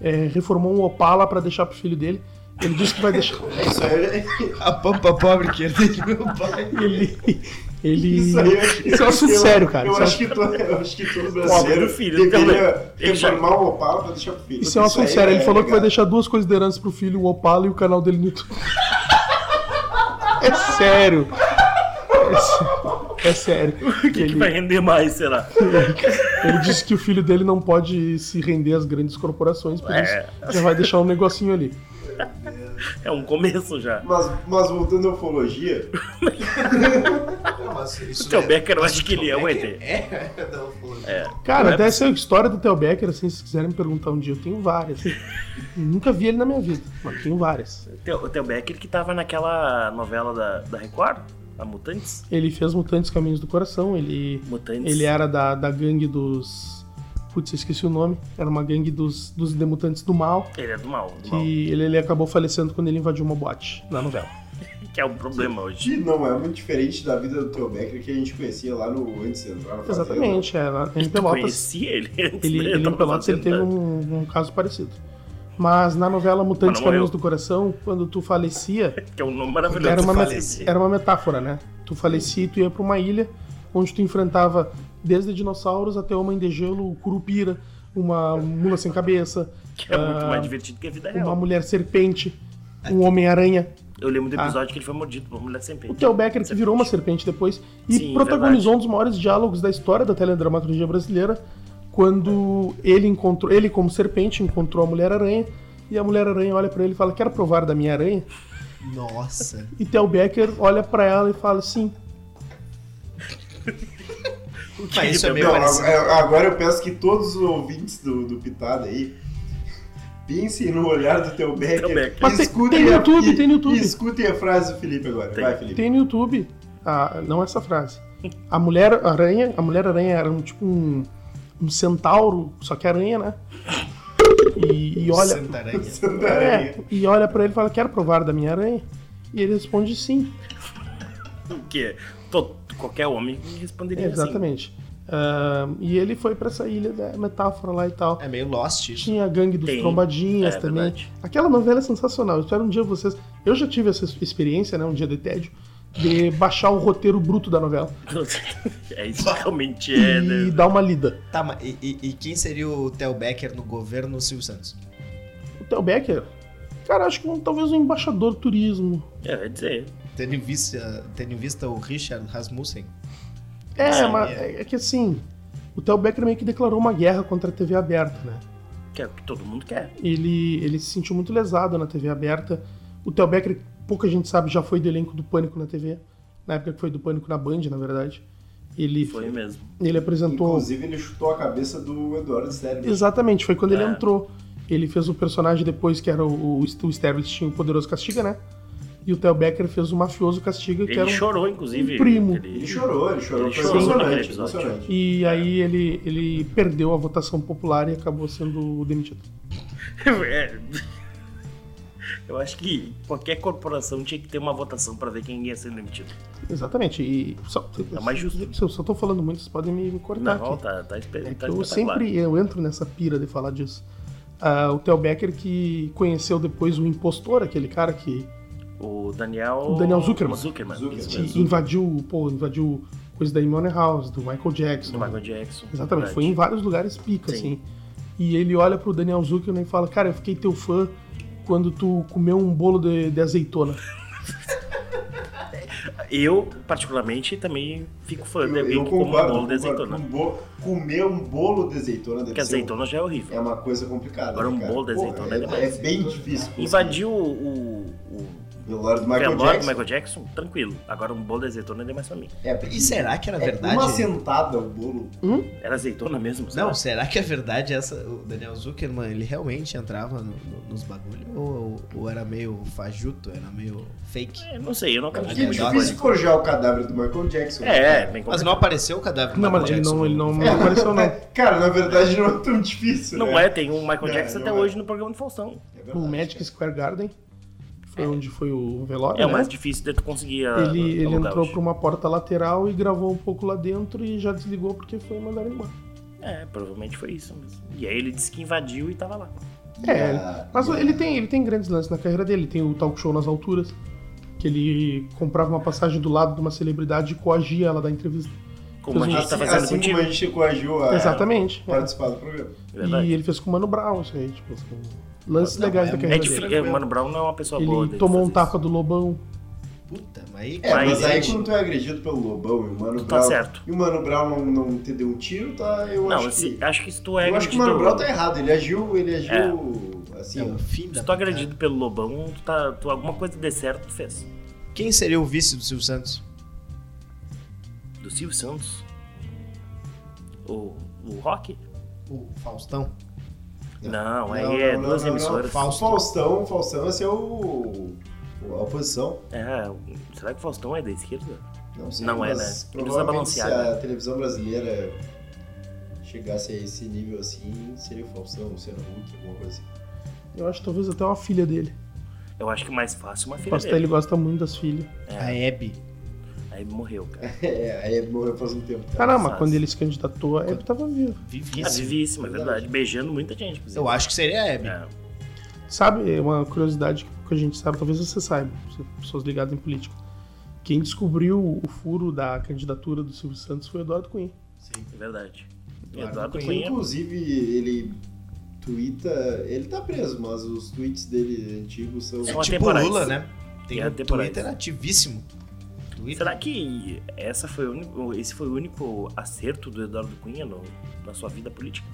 é, reformou um Opala pra deixar pro filho dele. Ele disse que vai deixar. É isso aí. A pampa pobre que ele tem de meu pai. Ele, ele. Isso aí. eu acho que- Isso é um assunto eu- sério, cara. Eu Isso é um acho que todo, eu acho que todo Pobre brasileiro do filho, então, né? deveria Ele já- reformar o Opala pra deixar pro filho. Isso é um assunto aí sério. Ele é falou que vai legal. deixar duas coisas de herança pro filho, o Opala e o canal dele no YouTube. É sério. É sério. É sério. O que, que ele, vai render mais, será? ele disse que o filho dele não pode se render às grandes corporações, por É. isso já vai deixar um negocinho ali. É um começo já. Mas, mas voltando à ufologia, O Theo Becker, eu acho que ele é um ET. É, não, pô. Cara, Não é até essa história do Theo Becker, assim, se quiserem me perguntar um dia, eu tenho várias. Nunca vi ele na minha vida, mas tenho várias. Theo- O Theo Becker que tava naquela novela da, da Record, a Mutantes. Ele fez Mutantes Caminhos do Coração, ele Mutantes. Ele é era da, da gangue dos. Putz, eu esqueci o nome. Era uma gangue dos, dos demutantes do mal. Ele é do mal, do mal. Que ele, ele acabou falecendo quando ele invadiu uma boate na novela. que é o problema hoje. Que não é muito diferente da vida do Theo Becker que a gente conhecia lá no antes de entrar na fazenda. Exatamente, é. lá Em Tu Pelotas, conhecia ele antes ele, dele ele entrar em na Pelotas ele fazenda? teve um, um caso parecido. Mas na novela Mas Mutantes não Caminhos morreu. do Coração, quando tu falecia, Que é um nome maravilhoso. era uma, Tu met- falece. era uma metáfora, né? Tu falecia e tu ia pra uma ilha onde tu enfrentava desde dinossauros até homem de gelo, curupira, uma mula sem cabeça, Que é muito ah, mais divertido que a vida uma real. mulher serpente, um homem-aranha. Eu lembro do Ah. episódio que ele foi mordido por uma mulher sem peito. O Theo Becker, que virou uma serpente depois, e Sim, protagonizou um dos maiores diálogos da história da teledramaturgia brasileira, quando ele encontrou, ele como serpente encontrou a Mulher-Aranha, e a Mulher-Aranha olha pra ele e fala: "Quero provar da minha aranha?" Nossa. E Theo Becker olha pra ela e fala: assim, "Sim". Mas isso é meio Não, parecido. a- a- agora eu peço que todos os ouvintes do, do Pitada aí pensem no olhar do teu Becker. Theo Becker. e Mas tem- escutem tem no a- YouTube, e- tem no YouTube. E escutem a frase do Felipe agora. Tem. Vai, Felipe. Tem no YouTube, ah, não essa frase. A mulher aranha, a mulher aranha era um tipo um, um centauro, só que aranha, né? E, e olha, Santa Aranha. é, e olha para ele e fala: "Quero provar da minha aranha?" E ele responde sim. Porque to- qualquer homem responderia assim. Exatamente. Ah, e ele foi pra essa ilha da metáfora lá e tal. É meio Lost isso. Tinha a Gangue dos Tem. Trombadinhas É, também. verdade. Aquela novela é sensacional. Eu espero um dia vocês. Eu já tive essa experiência, né? Um dia de tédio, de baixar o roteiro bruto da novela assim. É isso que realmente é, né? e dar uma lida. Tá, mas e, e- e quem seria o Theo Becker no governo Silvio Santos? O Theo Becker, cara, acho que um- talvez um embaixador do turismo. É, vai dizer. Tendo em vista, tendo em vista o Richard Rasmussen. É, Sim, mas é. é que assim, o Theo Becker meio que declarou uma guerra contra a TV aberta, né? Que é o que todo mundo quer. Ele, ele se sentiu muito lesado na TV aberta. O Theo Becker, pouca gente sabe, já foi do elenco do Pânico na TV. Na época que foi do Pânico na Band, na verdade. Ele, Foi mesmo. ele apresentou. Inclusive, ele chutou a cabeça do Eduardo Sterling. Exatamente, foi quando ele É. entrou. Ele fez o personagem depois que era o, o, o Sterling tinha o Poderoso Castiga, né? E o Theo Becker fez o Mafioso Castiga, que Ele era um chorou, inclusive. um primo. Ele chorou, ele chorou. Ele foi chorou naquele emocionante, episódio. emocionante. E aí ele, ele perdeu a votação popular e acabou sendo demitido. É. Eu acho que qualquer corporação tinha que ter uma votação pra ver quem ia ser demitido. Exatamente. E só, é mais justo. Se eu só tô falando muito, vocês podem me, me cortar Não, aqui. tá, tá, espe- É tá que eu espetacular. sempre eu entro nessa pira de falar disso. Ah, o Theo Becker que conheceu depois o impostor, aquele cara que, O Daniel. O Daniel Zuckerman. Zuckerman. Zuckerman. Isso que mesmo. invadiu, pô, invadiu coisa da Imone House, do Michael Jackson. Do Michael Jackson. Exatamente, foi em Verdade. vários lugares pica, Sim. assim. E ele olha pro Daniel Zuckerman e fala, cara, eu fiquei teu fã quando tu comeu um bolo de, de azeitona. Eu, particularmente, também fico fã de alguém Eu que come um bolo concordo. de concordo. azeitona. Um bo- Comer um bolo de azeitona deve Porque ser um- azeitona já é horrível. é uma coisa complicada. Agora um né, cara? bolo de Pô, azeitona é é, demais. é bem difícil. conseguir. Invadiu o, o, o Velório do Michael velório do Jackson. Michael Jackson, tranquilo. Agora um bolo de azeitona é demais pra mim. É, porque E será que era é verdade? Uma sentada o bolo. Era azeitona mesmo? sei Não, lá. será que é verdade essa? O Daniel Zuckerman, ele realmente entrava no- no- nos bagulho? Ou, ou era meio fajuto, era meio fake? É, não sei, eu não acredito. Porque é muito Aliás, difícil nisso. forjar o cadáver do Michael Jackson. né, É, cara? bem Mas complicado. não apareceu o Ah, cadáver do Não, mas Michael ele não, Jackson. ele não, não apareceu, não. Cara, na verdade não é tão difícil. Não né? é, tem um Michael Não, Jackson não até é. hoje no programa do Faustão. É verdade, O Magic Square Garden, foi onde foi o Ah, velório, É o né? mais difícil de tu conseguir ah, um a, Ele, ele alugar entrou hoje. por uma porta lateral e gravou um pouco lá dentro e já desligou porque foi mandado embora. É, provavelmente foi isso mesmo. E aí ele disse que invadiu e tava lá. cara. É, Yeah, mas yeah. ele tem, ele tem grandes lances na carreira dele. Tem o talk show nas alturas, que ele comprava uma passagem do lado de uma celebridade e coagia ela da entrevista. Como a Fez um- gente Assim, tá fazendo assim como contigo. a gente coagiu a Exatamente. é. participar do programa. Verdade. E ele fez com o Mano Brown, isso aí, tipo, assim, lances Não, legais é- da é É carreira difícil. dele. é, o Mano Brown não é uma pessoa boa. Ele de tomou um fazer tapa do Lobão. Puta, mas aí... É, mas, Mas, aí gente- quando tu é agredido pelo Lobão e o Mano isso. Tá Brown... certo. E o Mano Brown não, não te deu um tiro, tá? Eu Não, acho se- que... acho que se tu é eu acho que o agredido, É. Mano Brown tá errado. Ele agiu, ele agiu assim. É Então, o fim da se tu é picada. agredido pelo Lobão, tu tá, tu, alguma coisa de certo tu fez. Quem seria o vice do Silvio Santos? Do Silvio Santos? O, o Rock? O Faustão? Não, Não, aí não, é não, duas não, não. emissoras. Fausto- Faustão, Faustão ia ser o. o- a oposição. É, o- será que o Faustão é da esquerda? Não, sei, Não é, mas né? Eles Provavelmente se balancearam. né? a televisão brasileira chegasse a esse nível assim, seria o Faustão, o Luciano Huck, alguma coisa assim. Eu acho talvez até uma filha dele. Eu acho que mais fácil uma filha Gosta, dele. ele gosta muito das filhas. A Hebe. Aí morreu, cara. É, aí morreu faz um tempo. Caramba, Nossa. quando ele se candidatou, a Hebe tava viva. Ah, Vivíssima. vivíssima, é Verdade. verdade. Beijando muita gente, inclusive. Eu acho que seria a Hebe. É, Sabe, é uma curiosidade que a gente sabe, talvez você saiba, se- pessoas ligadas em política. Quem descobriu o furo da candidatura do Silvio Santos foi o Eduardo Cunha. Sim. é verdade. Eduardo Eduardo Cunha. Cunha. Inclusive, ele twitta. Ele tá preso, mas os tweets dele antigos são. É É uma tipo temporada. Lula, né? Tem É um a temporada. Twitter ativíssimo. Twitter. Será que essa foi o único, esse foi o único acerto do Eduardo Cunha no- na sua vida política?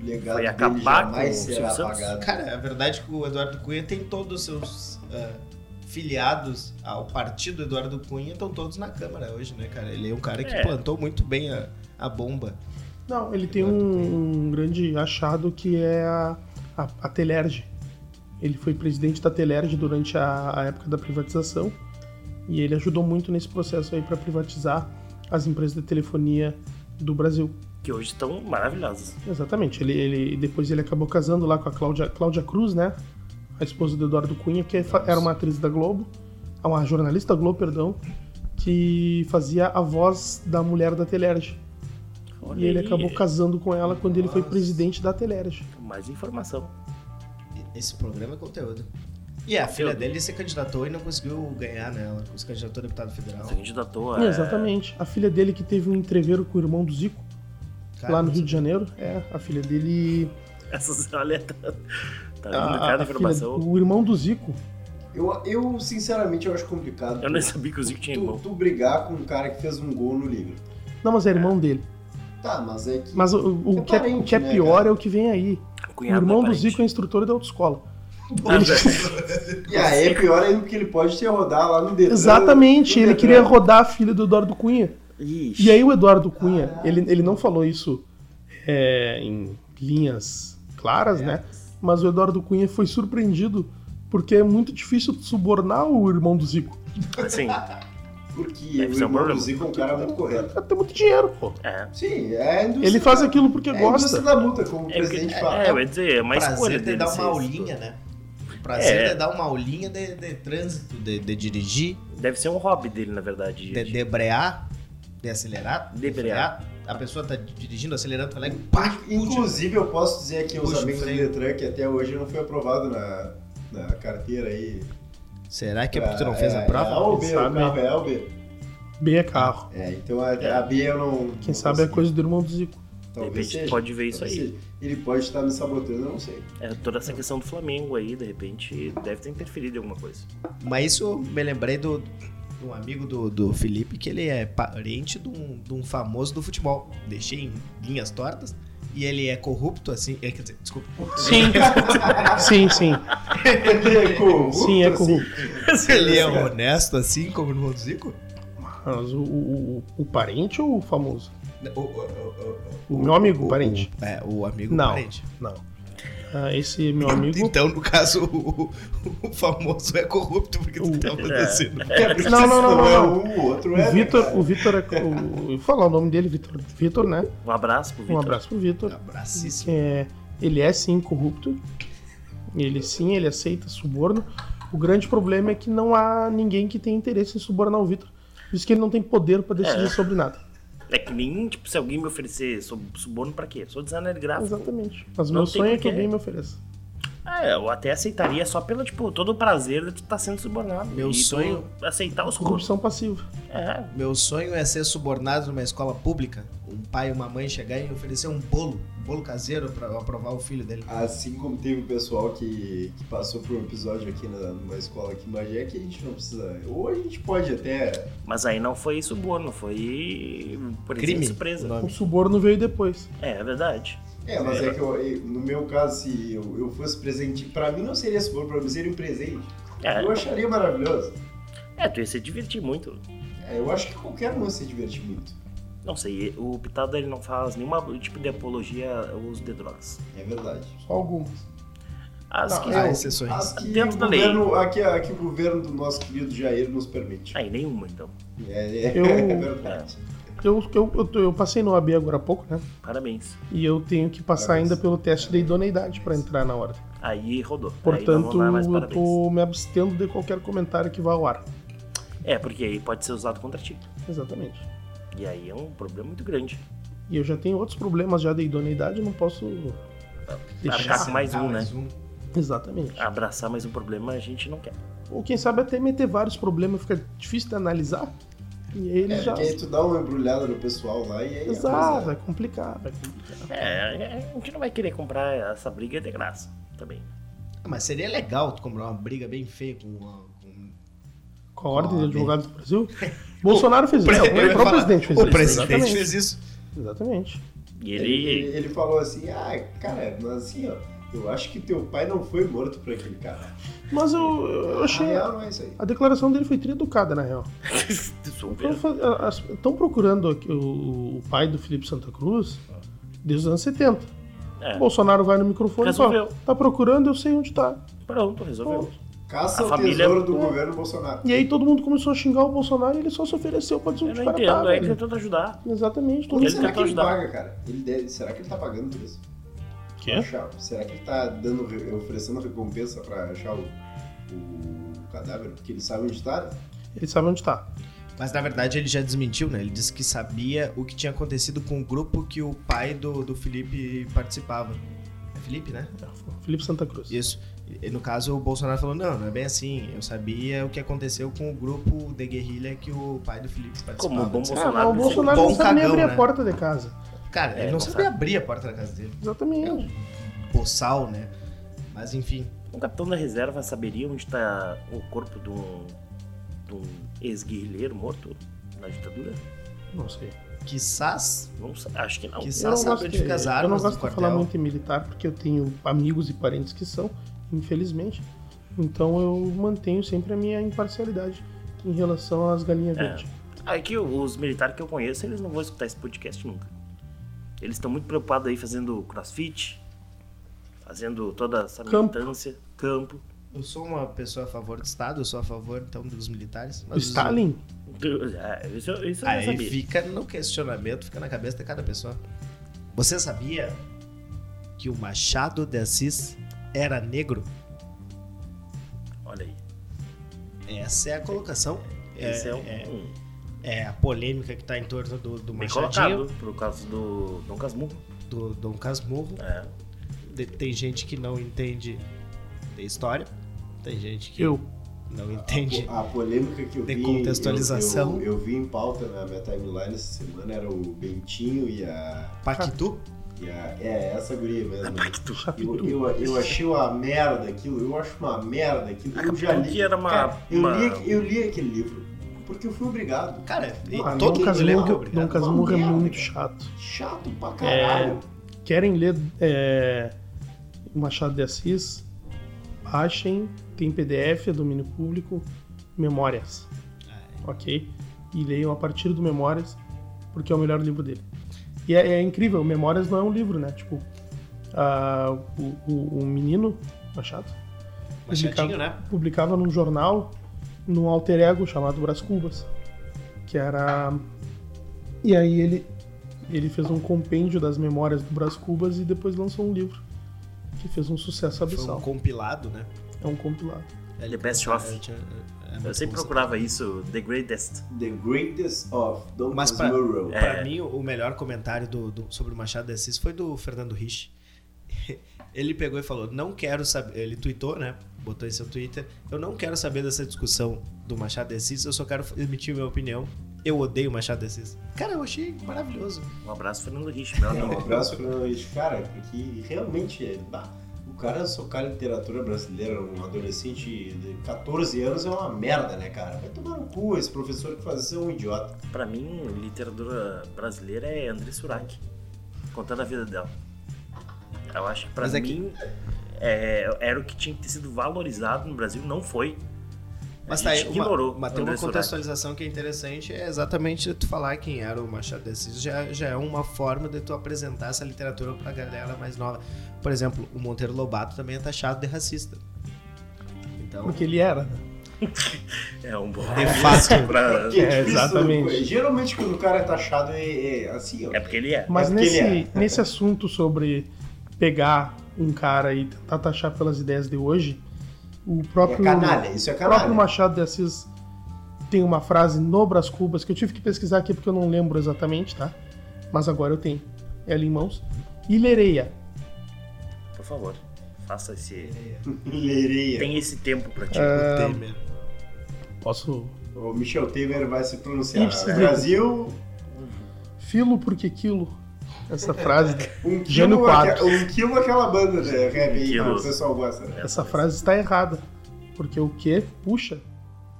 O legado Foi dele acabar jamais com o Silvio será Santos? apagado. Cara, a verdade é que o Eduardo Cunha tem todos os seus ah, filiados ao partido Eduardo Cunha, estão todos na Câmara hoje, né, cara? Ele é um cara que É. plantou muito bem a, a bomba. Não, ele tem um, um grande achado que é a, a, a Telerge. Ele foi presidente da Telerge durante a, a época da privatização e ele ajudou muito nesse processo aí para privatizar as empresas de telefonia do Brasil. Que hoje estão maravilhosas. Exatamente. Ele, ele- depois ele acabou casando lá com a Cláudia, Cláudia Cruz, né? A esposa do Eduardo Cunha, que é fa- era uma atriz da Globo, ah, uma jornalista da Globo, perdão, que fazia a voz da mulher da Telerge. Olha E ele aí, acabou casando com ela quando ele foi Nossa. presidente da Telerge. Mais informação. E- Esse programa é conteúdo. E a filha Conteúdo. dele se candidatou e não conseguiu ganhar, né? Ela se candidatou a deputado federal. Essa candidatou a. Exatamente. A filha dele que teve um entreveiro com o irmão do Zico, Cara, lá no Rio de Janeiro. É, a filha dele. Essas, olha, tá, tá a- Ah, vindo a- cada a filha- informação. o irmão do Zico. Eu, eu, sinceramente, eu acho complicado. Eu tu- nem sabia é que o Zico tinha tu, irmão. tu brigar com um cara que fez um gol no livro. Não, mas é irmão dele. Tá, mas é que. Mas o, o É que, é, o que é parente, né, pior cara? é o que vem aí. O Cunhado irmão é do parente. Zico é instrutor da autoescola. Ah, velho. E aí é pior ainda porque ele pode te rodar lá no Detran. Exatamente, no ele Detran. queria rodar a filha do Eduardo Cunha. é Ixi. E aí o Eduardo Cunha, Caralho. ele, ele não falou isso é, em linhas É. claras, né? Mas o Eduardo Cunha foi surpreendido porque é muito difícil subornar o irmão do Zico. Assim, Porque Deve o ser um irmão do problema. Zico é um cara muito correto. Tem muito dinheiro, pô. é. Sim, é a indústria. Ele faz da- aquilo porque é a indústria gosta. da multa, É, o como o que- presidente fala. é, eu ia dizer, é uma escolha prazer de dele. dar ser É. uma aulinha, né? O prazer de dar uma aulinha de, de trânsito, de, de dirigir, isso. Deve ser um hobby dele, na verdade. de gente. debrear, de acelerar. Debrear. frear. A pessoa tá dirigindo, acelerando, tá lá e pá, puxa. Inclusive, eu posso dizer aqui aos Puxa, amigos do freio. Detran que até hoje não foi aprovado na, na carteira aí. Será que é Pra- porque tu não fez a É prova? A ou B, o Sabe? carro é A ou B. B é carro. É, então a, a B eu não. Quem não sabe é consegui. coisa do irmão do Zico. De Talvez repente seja. pode ver isso Talvez aí. seja. Ele pode estar me sabotando, eu não sei. É, toda essa questão do Flamengo aí, de repente, deve ter interferido em alguma coisa. Mas isso eu me lembrei do, de um amigo do, do Felipe, que ele é parente de um, de um famoso do futebol. Deixei em linhas tortas. E ele é corrupto, assim. é, quer dizer, desculpa. Sim. sim, sim. Ele é corrupto. Sim, é corrupto. Ele é honesto, assim, como no mundo Zico? Mas o, o- o- o parente ou o famoso? O, o- o- O meu amigo parente? o- é, o amigo Não. parente. Não. Ah, esse meu amigo. Então, no caso, o, o famoso é corrupto, porque tu O- tá acontecendo. É, porque Não, não, não, se não, é não. um, o outro é. O né, Vitor, cara? o Vitor é. o- eu vou falar o nome dele, Vitor. Vitor, né? Um abraço pro Vitor. Um abraço pro Vitor. Abracíssimo. É, ele é sim corrupto. Ele sim, ele aceita suborno. O grande problema é que não há ninguém que tenha interesse em subornar o Vitor. Por isso que ele não tem poder pra decidir É. sobre nada. É que nem, tipo, se alguém me oferecer sub- suborno pra quê? Sou designer gráfico. Exatamente. Mas o Tá. Não meu tem sonho é que porquê. alguém me ofereça. Ah, eu até aceitaria só pelo, tipo, todo o prazer de tu tá sendo subornado. Meu E tu sonho- Aceitar os cursos. Corrupção passiva. É, Meu sonho é ser subordinado numa escola pública. Um pai e uma mãe chegar e me oferecer um bolo, um bolo caseiro pra eu aprovar o filho dele. Assim como teve o pessoal que, que passou por um episódio aqui na, numa escola aqui em Magé, que a gente não precisa. Ou a gente pode até. mas aí não foi suborno, foi presente Crime. surpresa. O nome. O suborno veio depois. É, é verdade. É, mas é que eu- eu- no meu caso, se eu, eu fosse presente, pra mim não seria supor, pra mim seria um presente. Eu É, acharia maravilhoso. é, tu ia se divertir muito. É, eu acho que qualquer um ia se divertir muito. Não sei, o Pitado ele não faz nenhuma tipo de apologia ao uso de drogas. É verdade. Só algumas. As Não, que Há eu- exceções. Mas que Dentro o da lei. governo, a que- a que o governo do nosso querido Jair nos permite. Aí nenhuma, então. É, é- Eu- é verdade. Eu, eu, eu, tô- eu passei no AB agora há pouco, né? Parabéns. E eu tenho que passar ainda pelo teste de idoneidade pra entrar na ordem. Aí rodou. aí não Portanto, vou dar mais eu parabéns. tô me abstendo de qualquer comentário que vá ao ar. É, porque aí pode ser usado contra ti. Exatamente. E aí é um problema muito grande. E eu já tenho outros problemas já de idoneidade, eu não posso Arcar deixar. com Ah, mais um, né? Exatamente. Abraçar mais um problema a gente não quer. Ou quem sabe até meter vários problemas, fica difícil de analisar. E aí ele É, já. porque aí tu dá uma embrulhada no pessoal lá e aí. a Exato, coisa- é complicado, é complicado. É, é, a gente não vai querer comprar essa briga de graça também. Ah, mas seria legal tu comprar uma briga bem feia com. uma- com- um Com a ordem de Ah, advogados do Brasil, Bolsonaro fez isso. Eu não, ia O próprio falar, presidente fez isso. O presidente exatamente. fez isso. Exatamente. E Ele, ele. ele falou assim, ah, cara, mas assim, ó, eu acho que teu pai não foi morto por aquele cara. Mas eu, eu A achei. Ah, real não é isso aí. A declaração dele foi tri educada, na real. Então Estão procurando aqui o, o pai do Felipe Santa Cruz desde os anos 70. É. Bolsonaro vai no microfone e fala: Resolveu. tá procurando, eu sei onde tá. Pronto, resolveu. Caça A o família- tesouro do governo Bolsonaro. E aí todo mundo começou a xingar o Bolsonaro e ele só se ofereceu pra Eu não desontificar a entendo, aí velho. tentando ajudar. né? Exatamente, todo Como Ele mundo. será que tentou ele tá ajudar. paga, cara? Ele deve- será que ele tá pagando por isso? Pra achar- Será que ele tá dando, re- oferecendo recompensa pra achar o, o cadáver? Porque ele sabe onde tá? Ele sabe onde tá. Mas na verdade ele já desmentiu, né? Ele disse que sabia o que tinha acontecido com o grupo que o pai do, do Felipe participava. É Felipe, né? Felipe Santa Cruz. Isso. E, no caso, o Bolsonaro falou: não, não é bem assim. Eu sabia o que aconteceu com o grupo de guerrilha que o pai do Felipe participava. Como um bom Ah, Bolsonaro. mas o ele Bolsonaro bom não sabe nem cagão, abrir a né? porta de casa. Cara, É, ele não não sabia sabe. abrir a porta da casa dele. Exatamente. Boçal, né? Mas enfim. sempre- Um capitão da reserva saberia onde está o corpo de um, de um ex-guerrilheiro morto na ditadura? Não sei. Quizás, Não sa- acho que não. Eu quizás não sabe é gosto onde de- fica as Eu não armas do gosto de falar quartel. muito em militar, porque eu tenho amigos e parentes que são, infelizmente. Então eu mantenho sempre a minha imparcialidade em relação às galinhas É. verdes. Ah, É que os militares que eu conheço, eles não vão escutar esse podcast nunca. Eles estão muito preocupados aí fazendo crossfit, fazendo toda essa Campo. militância, campo. Eu sou uma pessoa a favor do Estado, eu sou a favor então dos militares. O Mas os- Stalin? Ah, Isso, isso eu já Aí sabia. fica no questionamento, fica na cabeça de cada pessoa. Você sabia que o Machado de Assis era negro? Olha aí. Essa é a colocação. É, Esse é, um, é- um é a polêmica que tá em torno do, do bem Machadinho, colocado, por causa do Dom Casmurro. do Dom Casmurro. É. De- Tem gente que não entende de história, tem gente que Eu. não entende. A polêmica que eu De vi. contextualização. Eu, eu- eu vi em pauta na minha timeline essa semana era o Bentinho e a. Paquitu? e a- é, essa guria mesmo. Pacto. Eu, Chapitu. eu, eu achei uma merda aquilo, eu acho uma merda aquilo. A Eu já li. que era uma. Cara, eu, uma- li eu li aquele livro porque eu fui obrigado. Cara, e Ah, todo mundo lembra Dom que é Casmurro, obrigado. Dom Casmurro é Uma merda, muito cara. chato. Chato pra caralho. Querem ler é, Machado de Assis? Baixem, tem PDF, é domínio público, Memórias, ok? E leiam a partir do Memórias, porque é o melhor livro dele. E é, é incrível, Memórias não é um livro, né? Tipo, ah, o, o- o menino, Machado, Machadinho, né? publicava num jornal, num alter ego chamado Brás Cubas, que era... E aí ele, ele fez um compêndio das memórias do Brás Cubas e depois lançou um livro, que fez um sucesso Foi um abissal. compilado, né? É um compilado. The Best of. É, é, é Eu muito sempre bom. procurava isso, The Greatest. The Greatest of Don Mas pra- Casmurro. É. Pra mim, o melhor comentário do- do- sobre o Machado de Assis foi do Fernando Rich. Ele pegou e falou: Não quero saber. Ele tweetou, né? Botou em seu Twitter: Eu não quero saber dessa discussão do Machado de Assis, eu só quero emitir minha opinião. Eu odeio o Machado de Assis. Cara, eu achei maravilhoso. Um abraço, Fernando Rich. Meu É, um amigo. abraço pra nós, cara, porque realmente é, bah, o cara socar literatura brasileira, um adolescente de 14 anos é uma merda, né, cara? Vai tomar no cu esse professor que faz isso é um idiota. Pra mim, literatura brasileira é André Surak, contando a vida dela. Eu acho que pra Mas é que- mim é, era o que tinha que ter sido valorizado no Brasil, não foi. A Mas gente tá aí, uma, ignorou mas tem André uma Surak. contextualização que é interessante, é exatamente tu falar quem era o Machado de Assis, já, já é uma forma de tu apresentar essa literatura pra galera mais nova. Por exemplo, o Monteiro Lobato também é taxado de racista. Então, Porque ele era, né? É um bom. de fato, pra- Que É, exatamente. Geralmente quando o cara é taxado é, é assim, ó. É porque ele é. Mas porque nesse, ele nesse assunto sobre pegar um cara e tentar taxar pelas ideias de hoje, o É próprio, canalha, isso é o próprio canalha. Machado de Assis tem uma frase no Brás Cubas que eu tive que pesquisar aqui porque eu não lembro exatamente, tá? Mas agora eu tenho ela em mãos. Ilhereia. Por favor, faça esse. Leireia. Tem esse tempo pra ti. O Temer. Posso. O Michel Temer vai se pronunciar. Ipsis Brasil, Filo porque quilo. Essa frase. um Jânio quilo, Quadros. aque- um quilo aquela banda de rap aí, Quilo. que o pessoal gosta. né? Essa vez. frase está errada. Porque o que puxa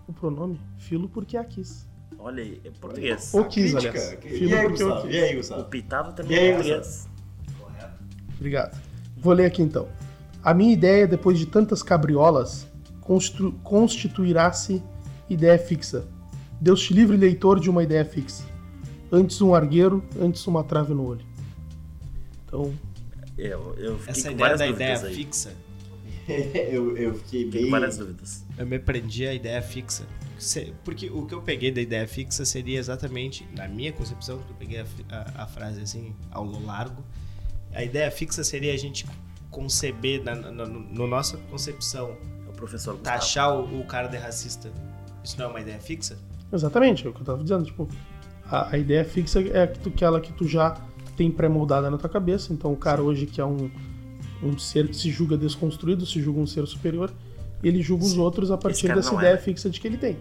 o pronome filo porque é a quis. Olha aí, é português. O A quis, crítica. aliás. E Filo aí, porque o Gustavo? E quis. aí, O Gustavo? Pitado E também aí, é português. Obrigado. Vou ler aqui então. A minha ideia, depois de tantas cabriolas, constru- constituirá-se ideia fixa. Deus te livre, leitor, de uma ideia fixa. Antes um argueiro, antes uma trave no olho. Então, Eu, eu fiquei Essa com ideia várias da dúvidas ideia aí. fixa. eu, eu fiquei Fiquei bem. com várias dúvidas. Eu me prendi à ideia fixa. Se- Porque o que eu peguei da ideia fixa seria exatamente, na minha concepção, que eu peguei a, fi- a- a frase assim, ao lo largo, a ideia fixa seria a gente conceber, na, na, na no nossa concepção, É o professor Gustavo. taxar o, o cara de racista. Isso não é uma ideia fixa? Exatamente, é o que eu tava dizendo. Tipo, a, a ideia fixa é que tu- aquela que tu já tem pré-moldada na tua cabeça. Então, o cara hoje que é um, um ser que se julga desconstruído, se julga um ser superior, ele julga os outros a partir cara dessa não é, ideia né? fixa de que ele tem.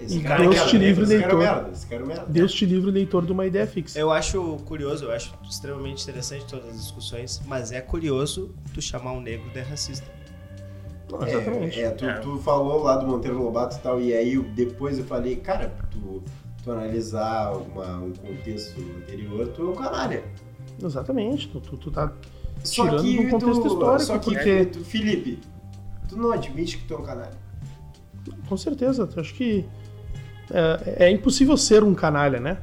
Esse E cara Deus é merda, te livre, esse cara é leitor. merda, esse cara é merda. Deus te livre, leitor, de uma ideia fixa. Eu acho curioso, eu acho extremamente interessante todas as discussões, mas é curioso tu chamar um negro de racista. Não, exatamente. É, é, tu, É. tu falou lá do Monteiro Lobato e tal, e aí eu- depois eu falei, cara, tu, tu analisar uma- um contexto anterior, tu é um canalha. Exatamente. Tu, tu, tu tá. Só Tirando que do contexto tu, histórico, só que, é, porque- tu- Felipe, tu não admite que tu é um canalha. Com certeza. Eu acho que. É, é impossível ser um canalha, né?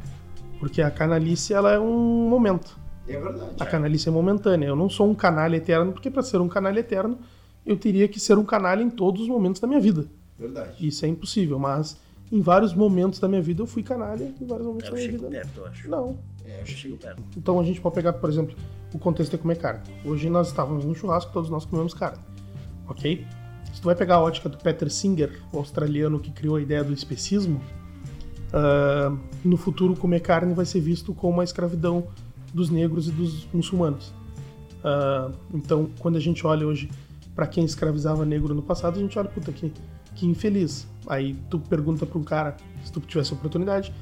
Porque a canalice ela é um momento. É verdade. A canalice é momentânea. Eu não sou um canalha eterno, porque para ser um canalha eterno, eu teria que ser um canalha em todos os momentos da minha vida. Verdade. Isso é impossível, mas em vários momentos da minha vida eu fui canalha, em vários É momentos Eu da minha chego vida. perto, eu acho. Não. É, eu Eu chego chego. perto. Então a gente pode pegar, por exemplo, o contexto de comer carne. Hoje nós estávamos no churrasco, todos nós comemos carne. Ok? Se tu vai pegar a ótica do Peter Singer, o australiano que criou a ideia do especismo, ah, no futuro comer carne vai ser visto como a escravidão dos negros e dos muçulmanos. Ah, então, quando a gente olha hoje para quem escravizava negro no passado, a gente olha, puta, que, que infeliz. Aí tu pergunta para um cara, se tu tivesse a oportunidade,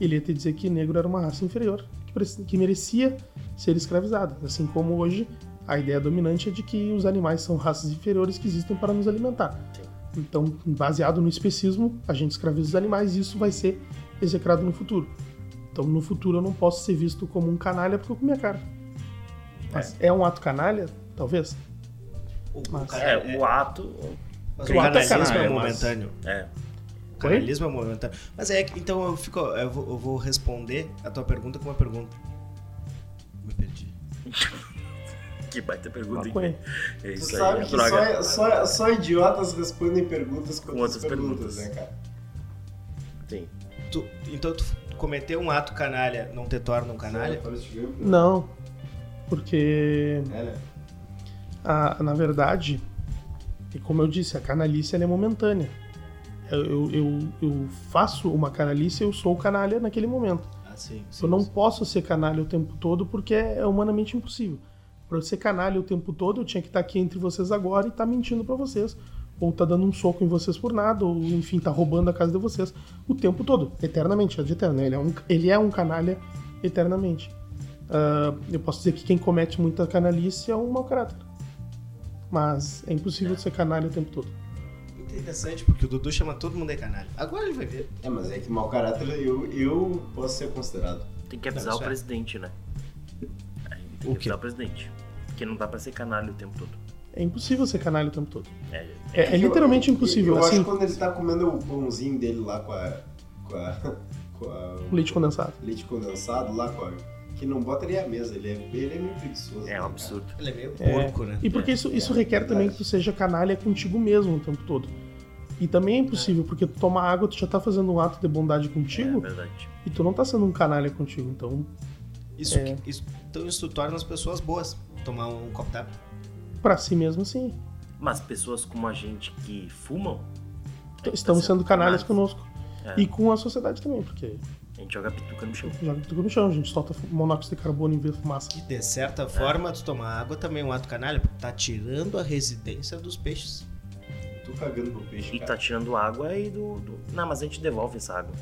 ele ia te dizer que negro era uma raça inferior, que, preci- que merecia ser escravizada. Assim como hoje a ideia dominante é de que os animais são raças inferiores que existem para nos alimentar. Então, baseado no especismo, a gente escraviza os animais e isso vai ser execrado no futuro. Então, no futuro eu não posso ser visto como um canalha porque eu comi a carne. Mas é um ato canalha? Talvez. O, o Mas- cara- É, o ato. mas o o ato é canalismo é canalha, mas- momentâneo. É. O Canalismo é momentâneo. Mas é, que- então eu fico, eu vou, eu vou responder a tua pergunta com uma pergunta. Me perdi. Que baita pergunta, hein? Maconha. É Tu isso aí, sabe é que droga. só, só, só idiotas respondem perguntas com, Com outras, outras perguntas. perguntas, né, cara? Sim. Tu- então tu cometeu um ato canalha, não te torna um canalha? Não. Não, porque É, né? a- na verdade, e como eu disse, a canalice ela é momentânea. Eu, eu, eu- eu faço uma canalice, eu sou canalha naquele momento. Ah, sim. Eu não posso ser canalha o tempo todo porque é humanamente impossível. Para eu ser canalha o tempo todo, eu tinha que estar aqui entre vocês agora e estar mentindo para vocês. Ou tá dando um soco em vocês por nada, ou enfim, tá roubando a casa de vocês o tempo todo, eternamente, é de eterno. né? Ele é um, ele é um canalha eternamente. Ah, eu posso dizer que quem comete muita canalice é um mau caráter. Mas é impossível ser canalha o tempo todo. Interessante, porque o Dudu chama todo mundo de canalha. Agora ele vai ver. É, mas é que mau caráter eu, eu posso ser considerado. Tem que avisar Não, o isso é. presidente, né? Aí É, tem que O quê? avisar o presidente. Porque não dá pra ser canalha o tempo todo. É impossível ser canalha o tempo todo. É, É, é literalmente Eu- impossível. Eu assim, acho que quando ele tá comendo o pãozinho dele lá com a. com a. com a- com leite condensado. leite condensado lá com a. que não bota nem a mesa, ele é, ele é meio preguiçoso. é né, um cara? absurdo. Ele é meio É. porco, né? E porque isso, isso é requer verdade. também que tu seja canalha contigo mesmo o tempo todo. E também é impossível, porque tu toma água, tu já tá fazendo um ato de bondade É contigo verdade. e tu não tá sendo um canalha contigo. Então, Isso, que- isso- então isso torna as pessoas boas. Tomar um copo d'água. Pra si mesmo, assim, sim. Mas pessoas como a gente que fumam. Então, Estamos sendo canalhas conosco. É. E com a sociedade também, porque A gente joga pituca no chão. joga tudo no chão, a gente solta monóxido de carbono em vez de fumaça. Que de certa forma, tu tomar água também é um ato canalha, porque tá tirando a residência dos peixes. Tô cagando pro peixe, E cara. tá tirando água e do, do- Não, mas a gente devolve essa água.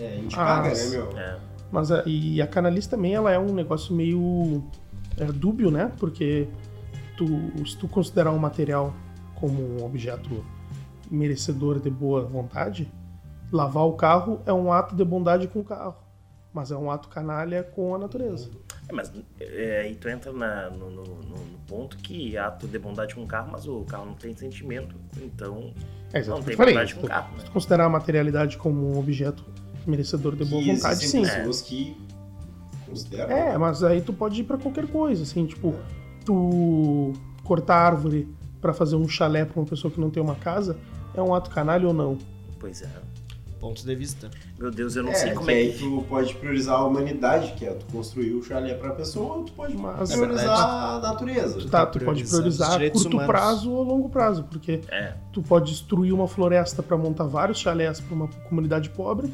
É, a gente Ah, paga, né, mas- meu? tá É. Mas a, e a canalis também ela é um negócio meio é, dúbio, né? Porque tu, se tu considerar um material como um objeto merecedor de boa vontade, lavar o carro é um ato de bondade com o carro, mas é um ato canalha com a natureza. É, mas é, aí tu entra na- no, no- no- no ponto que ato de bondade com o carro, mas o carro não tem sentimento. Então, É não exato o que tem eu falei. bondade com o tu- carro. Se Né? tu considerar a materialidade como um objeto merecedor de boa Que vontade, sim. existem É, pessoas que consideram. né? É, mas aí tu pode ir pra qualquer coisa, assim, tipo, tu cortar árvore pra fazer um chalé pra uma pessoa que não tem uma casa, é um ato canalha ou não? Pois é. Ponto de vista. Meu Deus, eu não É, sei como que é aí que. tu pode priorizar a humanidade, que é tu construir o chalé pra pessoa, ou tu pode É Mas- priorizar Na verdade, a natureza. Tá, tá tu pode priorizando os priorizar a direitos curto humanos. prazo ou longo prazo, porque É. tu pode destruir uma floresta pra montar vários chalés pra uma comunidade pobre,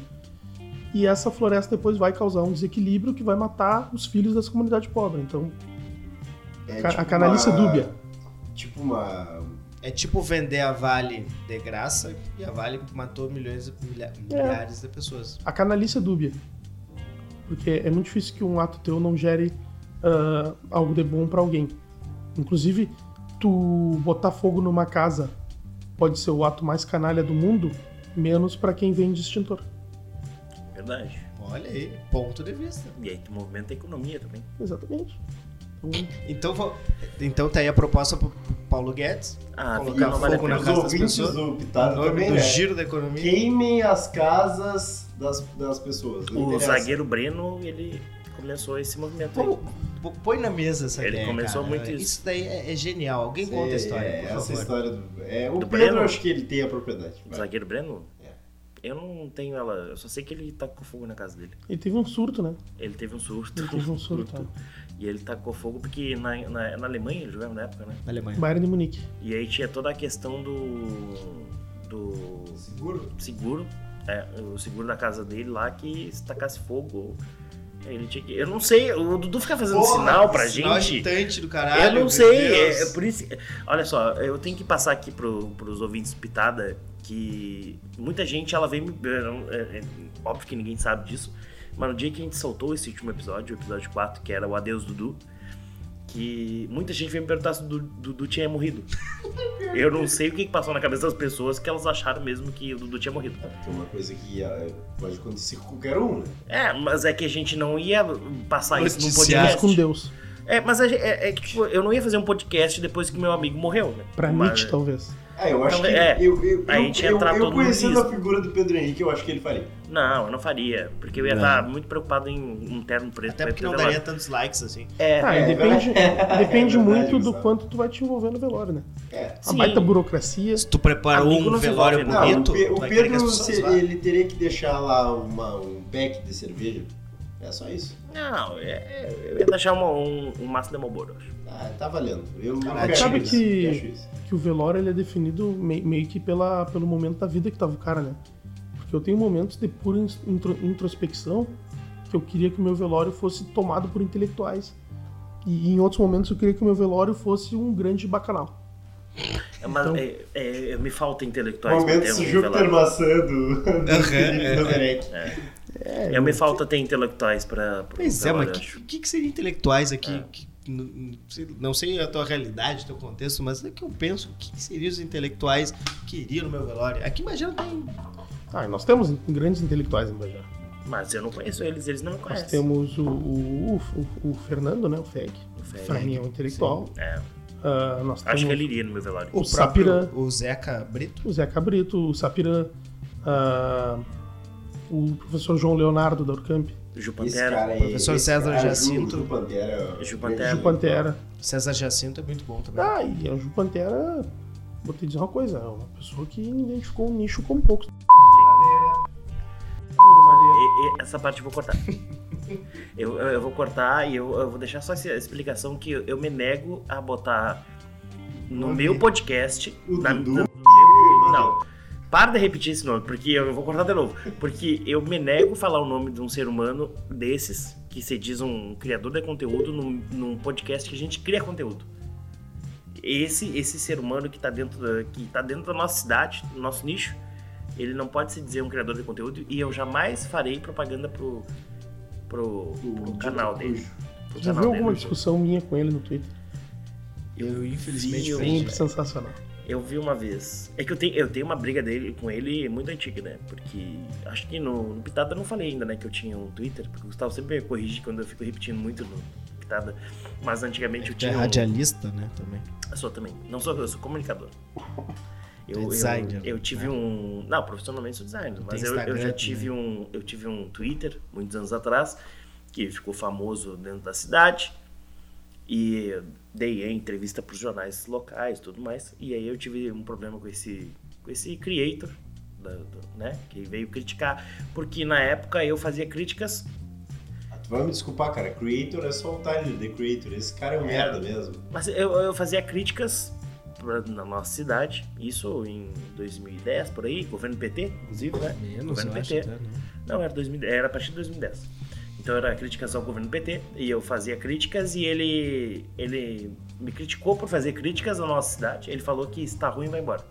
e essa floresta depois vai causar um desequilíbrio que vai matar os filhos dessa comunidade pobre. Então, É ca- tipo a canalice uma- dúbia. Tipo uma. É tipo vender a Vale de graça e a Vale matou milhões e milha- milhares de pessoas. A canalice é dúbia. Porque é muito difícil que um ato teu não gere ah, algo de bom pra alguém. Inclusive, tu botar fogo numa casa pode ser o ato mais canalha do mundo, menos pra quem vende extintor. Verdade. Olha aí, ponto de vista. E aí tu movimenta a economia também. Exatamente. Então, Então, vou- então tá aí a proposta pro Paulo Guedes. Ah, Colocar vida não vale a fogo pena. na Os casa das ouvintes pessoas. do O Pitado nome também, do né? giro da economia. Queimem as casas das, das pessoas. não O interessa. zagueiro Breno, ele começou esse movimento aí. Pô, pô- põe na mesa essa Ele ideia. começou cara. muito isso. daí é, é genial. Alguém Sim, conta a história, é, por essa favor. história do. É, o Do Pedro, Breno? acho que ele tem a propriedade. O vai. zagueiro Breno? É. Eu não tenho ela. Eu só sei que ele tacou fogo na casa dele. ele teve um surto, né? Ele teve um surto. Ele teve um surto. tá? E ele tacou fogo porque na, na, na Alemanha ele jogava na época, né? Na Alemanha. Bayern de Munique. E aí tinha toda a questão do. do Seguro. seguro. É, o seguro da casa dele lá que se tacasse fogo. Ele tinha que. Eu não sei, o Dudu fica fazendo Porra, Um sinal pra sinal é gente. agitante do caralho. Eu não meu sei, Deus. é, é por isso. Olha só, eu tenho que passar aqui pro, pros ouvintes do pitada que muita gente ela vem. me- é, é, óbvio que ninguém sabe disso, mas no dia que a gente soltou esse último episódio, o episódio 4, que era o Adeus Dudu, que muita gente veio me perguntar se o Du- Dudu tinha morrido. Eu não sei o que que passou na cabeça das pessoas que elas acharam mesmo que o Dudu tinha morrido. É porque é uma coisa que ah, pode acontecer com qualquer um, né? É, mas é que a gente não ia passar isso num Noticiar. Mas podcast. com Deus. É, mas a gente- é, é que tipo, eu não ia fazer um podcast depois que meu amigo morreu, né? Pra Mas- Nietzsche, talvez. É, eu acho Então, que. é, eu, eu, a eu- gente eu, entrar eu, todo mundo conhecendo a nisso. figura do Pedro Henrique, eu acho que ele faria. Não, eu não faria, porque eu ia Não. estar muito preocupado em um terno preto. Até preto porque não velado. daria tantos likes assim. É, Ah, e é depende, depende É verdade, muito do Gustavo. quanto tu vai te envolver no velório, né? É. A Sim. baita burocracia. Se tu preparou Amigo um não se velório envolve, Não, bonito, o, Pe- o tu vai querer que as Pedro pessoas se- vá. ele teria que deixar lá uma, um pack de cerveja. É só isso. não, é- é- eu ia deixar uma- um, um máximo de Malboro, acho. Ah, tá valendo. Eu eu Caralho, fecho sabe isso, que- fecho isso. que o velório ele é definido mei- meio que pela, pelo momento da vida que tava o cara, né? Porque eu tenho momentos de pura ins- intro- introspecção que eu queria que o meu velório fosse tomado por intelectuais. E em outros momentos eu queria que o meu velório fosse um grande bacanal. É, Mas Então- é, é, é, me falta intelectuais pra ter Momento um Júpiter velório. maçã do, do Felipe Domenech. Eu É, me falta ter intelectuais pra. pra um Pois é, velório, mas o acho. que, que, que seria intelectuais aqui? É. Que- que n- n- sei- não sei a tua realidade, teu contexto, mas é que eu penso o que, que seriam os intelectuais que iriam no meu velório. Aqui imagina tem. Ah, e nós temos grandes intelectuais em Bajá. Mas eu não conheço eles, eles não me Nós conhecem. temos o, o, o- o Fernando, né? O FEG. O Feg. Pra mim é um intelectual. É, Ah, nós temos acho que ele iria no meu velório. O próprio- Sapirã. O Zeca Brito. o Zé Cabrito, o Sapirã, ah, o professor João Leonardo da Urcamp, Ju Esse Pantera. cara aí, Professor esse César cara, Ju- Jacinto. Ju Pantera. Ju Pantera. o Pantera. César Jacinto é muito bom também. Ah, e a Ju Pantera, vou te dizer uma coisa, é uma pessoa que identificou um nicho como poucos. E- e- essa parte eu vou cortar. eu, eu- eu vou cortar e eu, eu vou deixar só essa explicação que eu, eu me nego a botar no meu podcast. O na- Dudu? na- não. Para de repetir esse nome, porque eu vou cortar de novo. Porque eu me nego a falar o nome de um ser humano desses que se diz um criador de conteúdo num, num podcast que a gente cria conteúdo. Esse esse ser humano que está dentro da, que tá dentro da nossa cidade, do nosso nicho, ele não pode se dizer um criador de conteúdo e eu jamais farei propaganda pro pro, pro canal dele. Pro Já canal viu dele. alguma discussão minha com ele no Twitter? Eu, infelizmente, vi, eu- fiz, Sempre sensacional. Eu vi uma vez. É que eu tenho, eu tenho uma briga dele com ele muito antiga, né? Porque acho que no, no Pitada eu não falei ainda, né? Que eu tinha um Twitter, porque o Gustavo sempre me corrige quando eu fico repetindo muito no Pitada. Mas antigamente eu Tu é tinha. um- radialista, né? Também. eu sou também. Não sou eu, sou comunicador. Eu, É eu- designer, eu, tive né? um. Não, profissionalmente sou designer, mas eu, eu Instagram já também. tive um. Eu tive um Twitter muitos anos atrás, que ficou famoso dentro da cidade. E dei entrevista para os jornais locais e tudo mais. E aí eu tive um problema com esse, com esse creator, da- do- né? Que veio criticar. Porque na época eu fazia críticas Ah, tu vai me desculpar, cara. Creator é só o Tyler, The Creator. Esse cara é um merda mesmo. Mas eu, eu fazia críticas pra- na nossa cidade, isso em 2010, por aí, governo PT, inclusive, né? Menos, eu Governo acho, PT. até, né? Não, era, 2010, era a partir de 2010. Então era críticas ao governo PT, e eu fazia críticas e ele, ele me criticou por fazer críticas à nossa cidade. Ele falou que está ruim, vai embora.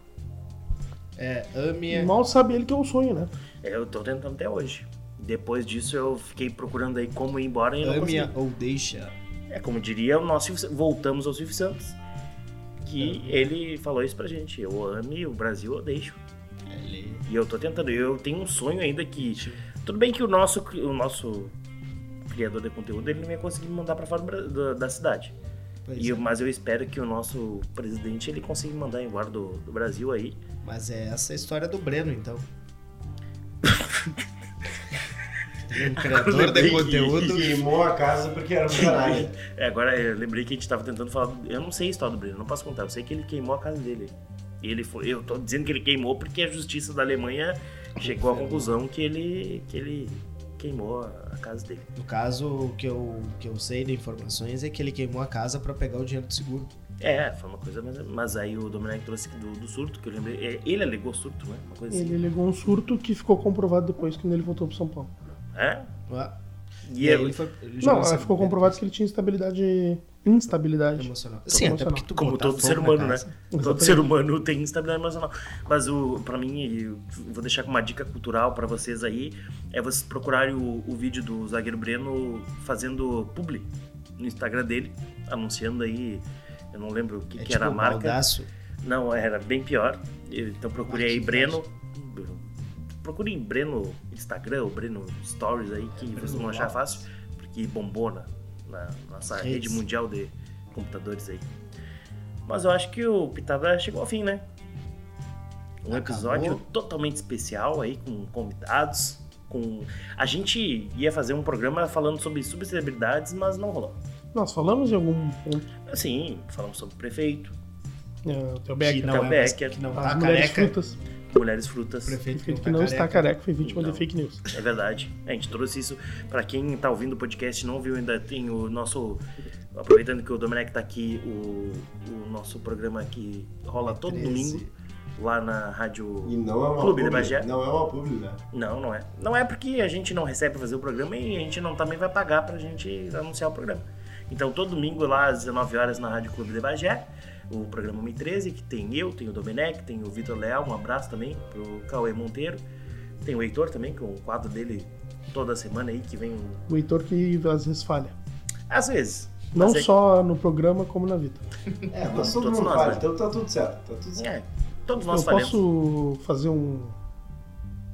É, Ame é- Mal sabe ele que é um sonho, né? Eu tô tentando até hoje. Depois disso eu fiquei procurando aí como ir embora e não consegui. Ame ou deixa. É como diria o nosso Silvio Santos, voltamos ao Silvio Santos, que É. ele falou isso pra gente. Eu ame o Brasil, eu deixo. Ele E eu tô tentando, eu tenho um sonho ainda que. Tudo bem que o nosso, cri- o nosso criador de conteúdo ele não ia conseguir me mandar pra fora do Bra- da, da cidade. Pois E, eu- é. mas eu espero que o nosso presidente ele consiga me mandar embora do, do Brasil aí. Mas é essa a história do Breno, então. Tem um criador de lembrei que- conteúdo. Queimou a casa porque era um canalha. É, agora eu lembrei que a gente tava tentando falar. do- Eu não sei a história do Breno, não posso contar. Eu sei que ele queimou a casa dele. E Ele foi, eu tô dizendo que ele queimou porque a justiça da Alemanha chegou à conclusão que ele, que ele queimou a a casa dele. No caso, o que eu, o que eu sei de informações é que ele queimou a casa pra pegar o dinheiro do seguro. É, foi uma coisa, mas, mas aí o Domenech trouxe do, do surto, que eu lembrei. é, Ele alegou surto, né? Uma coisa assim. Ele legou um surto que ficou comprovado depois quando ele voltou pro São Paulo. É? Ah, E, é aí eu- ele foi. Ele Não, jogou essa- né? ficou comprovado que ele tinha instabilidade. Instabilidade. Emocional. Sim, até emocional. porque tu como botar todo fogo ser na humano, né? casa. Todo Exatamente. ser humano tem instabilidade emocional. Mas o, pra mim, eu vou deixar com uma dica cultural pra vocês aí, é vocês procurarem o, o vídeo do zagueiro Breno fazendo publi no Instagram dele, anunciando aí, eu não lembro o que, É que tipo era a um marca. baldaço. Não, era bem pior. Então procure aí Breno. Procure em Breno Instagram ou Breno Stories aí, que vocês vão achar fácil, porque bombou na, na nossa Redes. rede mundial de computadores aí. Mas eu acho que o Pitabra chegou ao fim, né? Um Acabou. episódio totalmente especial aí, com convidados. Com... A gente ia fazer um programa falando sobre subcelebridades, mas não rolou. Nós falamos em algum ponto. Assim, falamos sobre prefeito, É, o teu Que Beck. não, é, Becker. que não As tá mulheres careca. frutas. mulheres frutas. Prefeito Prefeito que não está careca foi vítima Não. de fake news. É verdade. A gente trouxe isso pra quem tá ouvindo o podcast e não viu ainda tem o nosso aproveitando que o Domenech tá aqui, o, o nosso programa que rola todo domingo lá na rádio. E não é uma Clube de publi, Bagé. Não é uma publi, né? Não, não é. Não é porque a gente não recebe pra fazer o programa e a gente não também vai pagar pra gente anunciar o programa. Então todo domingo lá às 19 horas na Rádio Clube de Bagé, o programa 113, que tem eu, tem o Domenech, tem o Vitor Leal, um abraço também pro Cauê Monteiro. Tem o Heitor também, com o quadro dele toda semana aí que vem um O Heitor que às vezes falha. Às vezes. Não Mas é- só no programa, como na vida. É, Como mas todo todos mundo nós, fala, né? então tá tudo certo. Tá tudo certo. É, todos nós Eu falhamos. posso fazer um.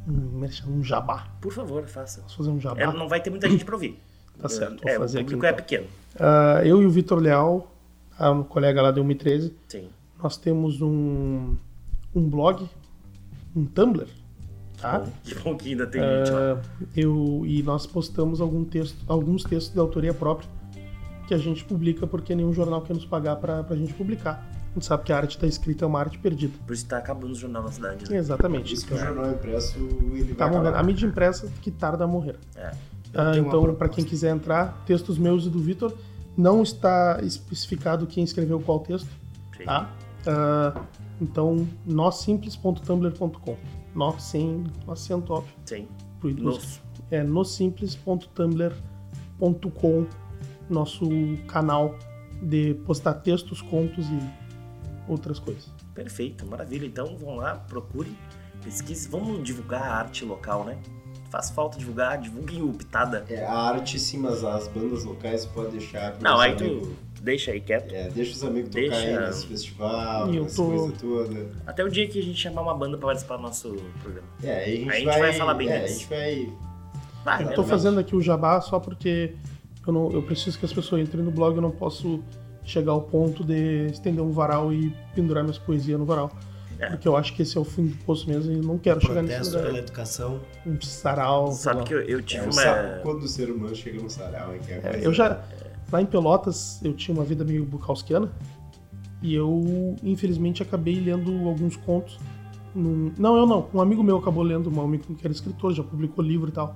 Um, merchan, um jabá. Por favor, faça. Posso fazer um jabá? É, não vai ter muita gente pra ouvir. Tá certo, vou É, fazer o aqui. público é então. pequeno. Ah, eu e o Vitor Leal, ah, um colega lá do 113, Sim. nós temos um, um blog, um Tumblr, tá? Bom, que bom que ainda tem gente lá. Ah, eu, e nós postamos algum texto, alguns textos de autoria própria que a gente publica porque nenhum jornal quer nos pagar pra, pra gente publicar. A gente sabe que a arte da escrita é uma arte perdida. Por isso tá acabando o jornal na cidade, né? Exatamente. Diz que o jornal impresso ele Tá vai morrendo. acabar. A mídia impressa que tarda a morrer. É. Ah, tenho uma então, proposta. para quem quiser entrar, textos meus e do Vitor, não está especificado quem escreveu qual texto, Sim. tá? Ah, então, nossimples.tumblr.com. Nó sem acento, óbvio. Sim. Pro- Nos. É nosimples.tumblr.com, nosso canal de postar textos, contos e outras coisas. Perfeito, maravilha. Então vão lá, procure, pesquise. Vamos divulgar a arte local, né? Faz falta divulgar, divulguem o Pitada. É a arte sim, mas as bandas locais pode deixar. pros Não, aí tu- amigos. Deixa aí quieto. É, deixa os amigos Deixa- tocarem nesse festival, E eu nessa tô- coisa toda. Até o dia que a gente chamar uma banda pra participar do nosso programa. É, aí a gente, A gente vai falar bem é, A deles. gente vai. Vai, Eu né? tô Realmente. fazendo aqui o jabá só porque eu, não, eu preciso que as pessoas entrem no blog, eu não posso chegar ao ponto de estender um varal e pendurar minhas poesias no varal. É. Porque eu acho que esse é o fim do poço mesmo e não quero chegar nesse Protesto né? né? pela lugar. educação. Um sarau. sei Sabe lá. que eu, eu tive É um saco uma. quando o ser humano chega no sarau, é que é a É, coisa- eu já. Lá em Pelotas, eu tinha uma vida meio bucalskiana. E eu, infelizmente, acabei lendo alguns contos. num- Não, eu não. Um amigo meu acabou lendo, um amigo que era escritor, já publicou livro e tal.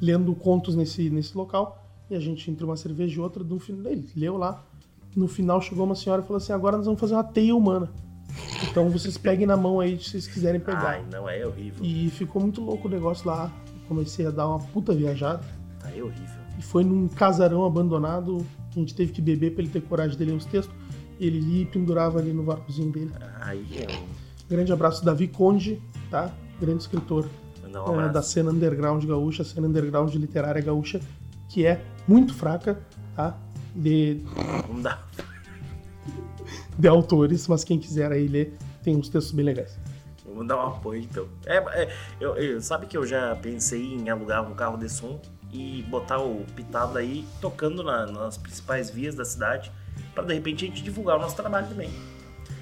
Lendo contos nesse, nesse local. E a gente, entre uma cerveja e outra, no fin- ele leu lá. No final, chegou uma senhora e falou assim: agora nós vamos fazer uma teia humana. Então vocês peguem na mão aí, se vocês quiserem pegar. Ai, não, é horrível. E ficou muito louco o negócio lá. Comecei a dar uma puta viajada. Tá, é horrível. E foi num casarão abandonado. A gente teve que beber pra ele ter coragem de ler os textos. Ele lia e pendurava ali no varcozinho dele. Aí é um. Grande abraço, Davi Conde, tá? Grande escritor Mandar eh, um abraço. da cena underground gaúcha, cena underground literária gaúcha, que é muito fraca, tá? De, Vamos dar. de autores, mas quem quiser aí ler, tem uns textos bem legais. Vamos dar um apoio então. É, é, eu, eu- sabe que eu já pensei em alugar um carro de som e botar o Pitada aí tocando na- nas principais vias da cidade pra de repente a gente divulgar o nosso trabalho também.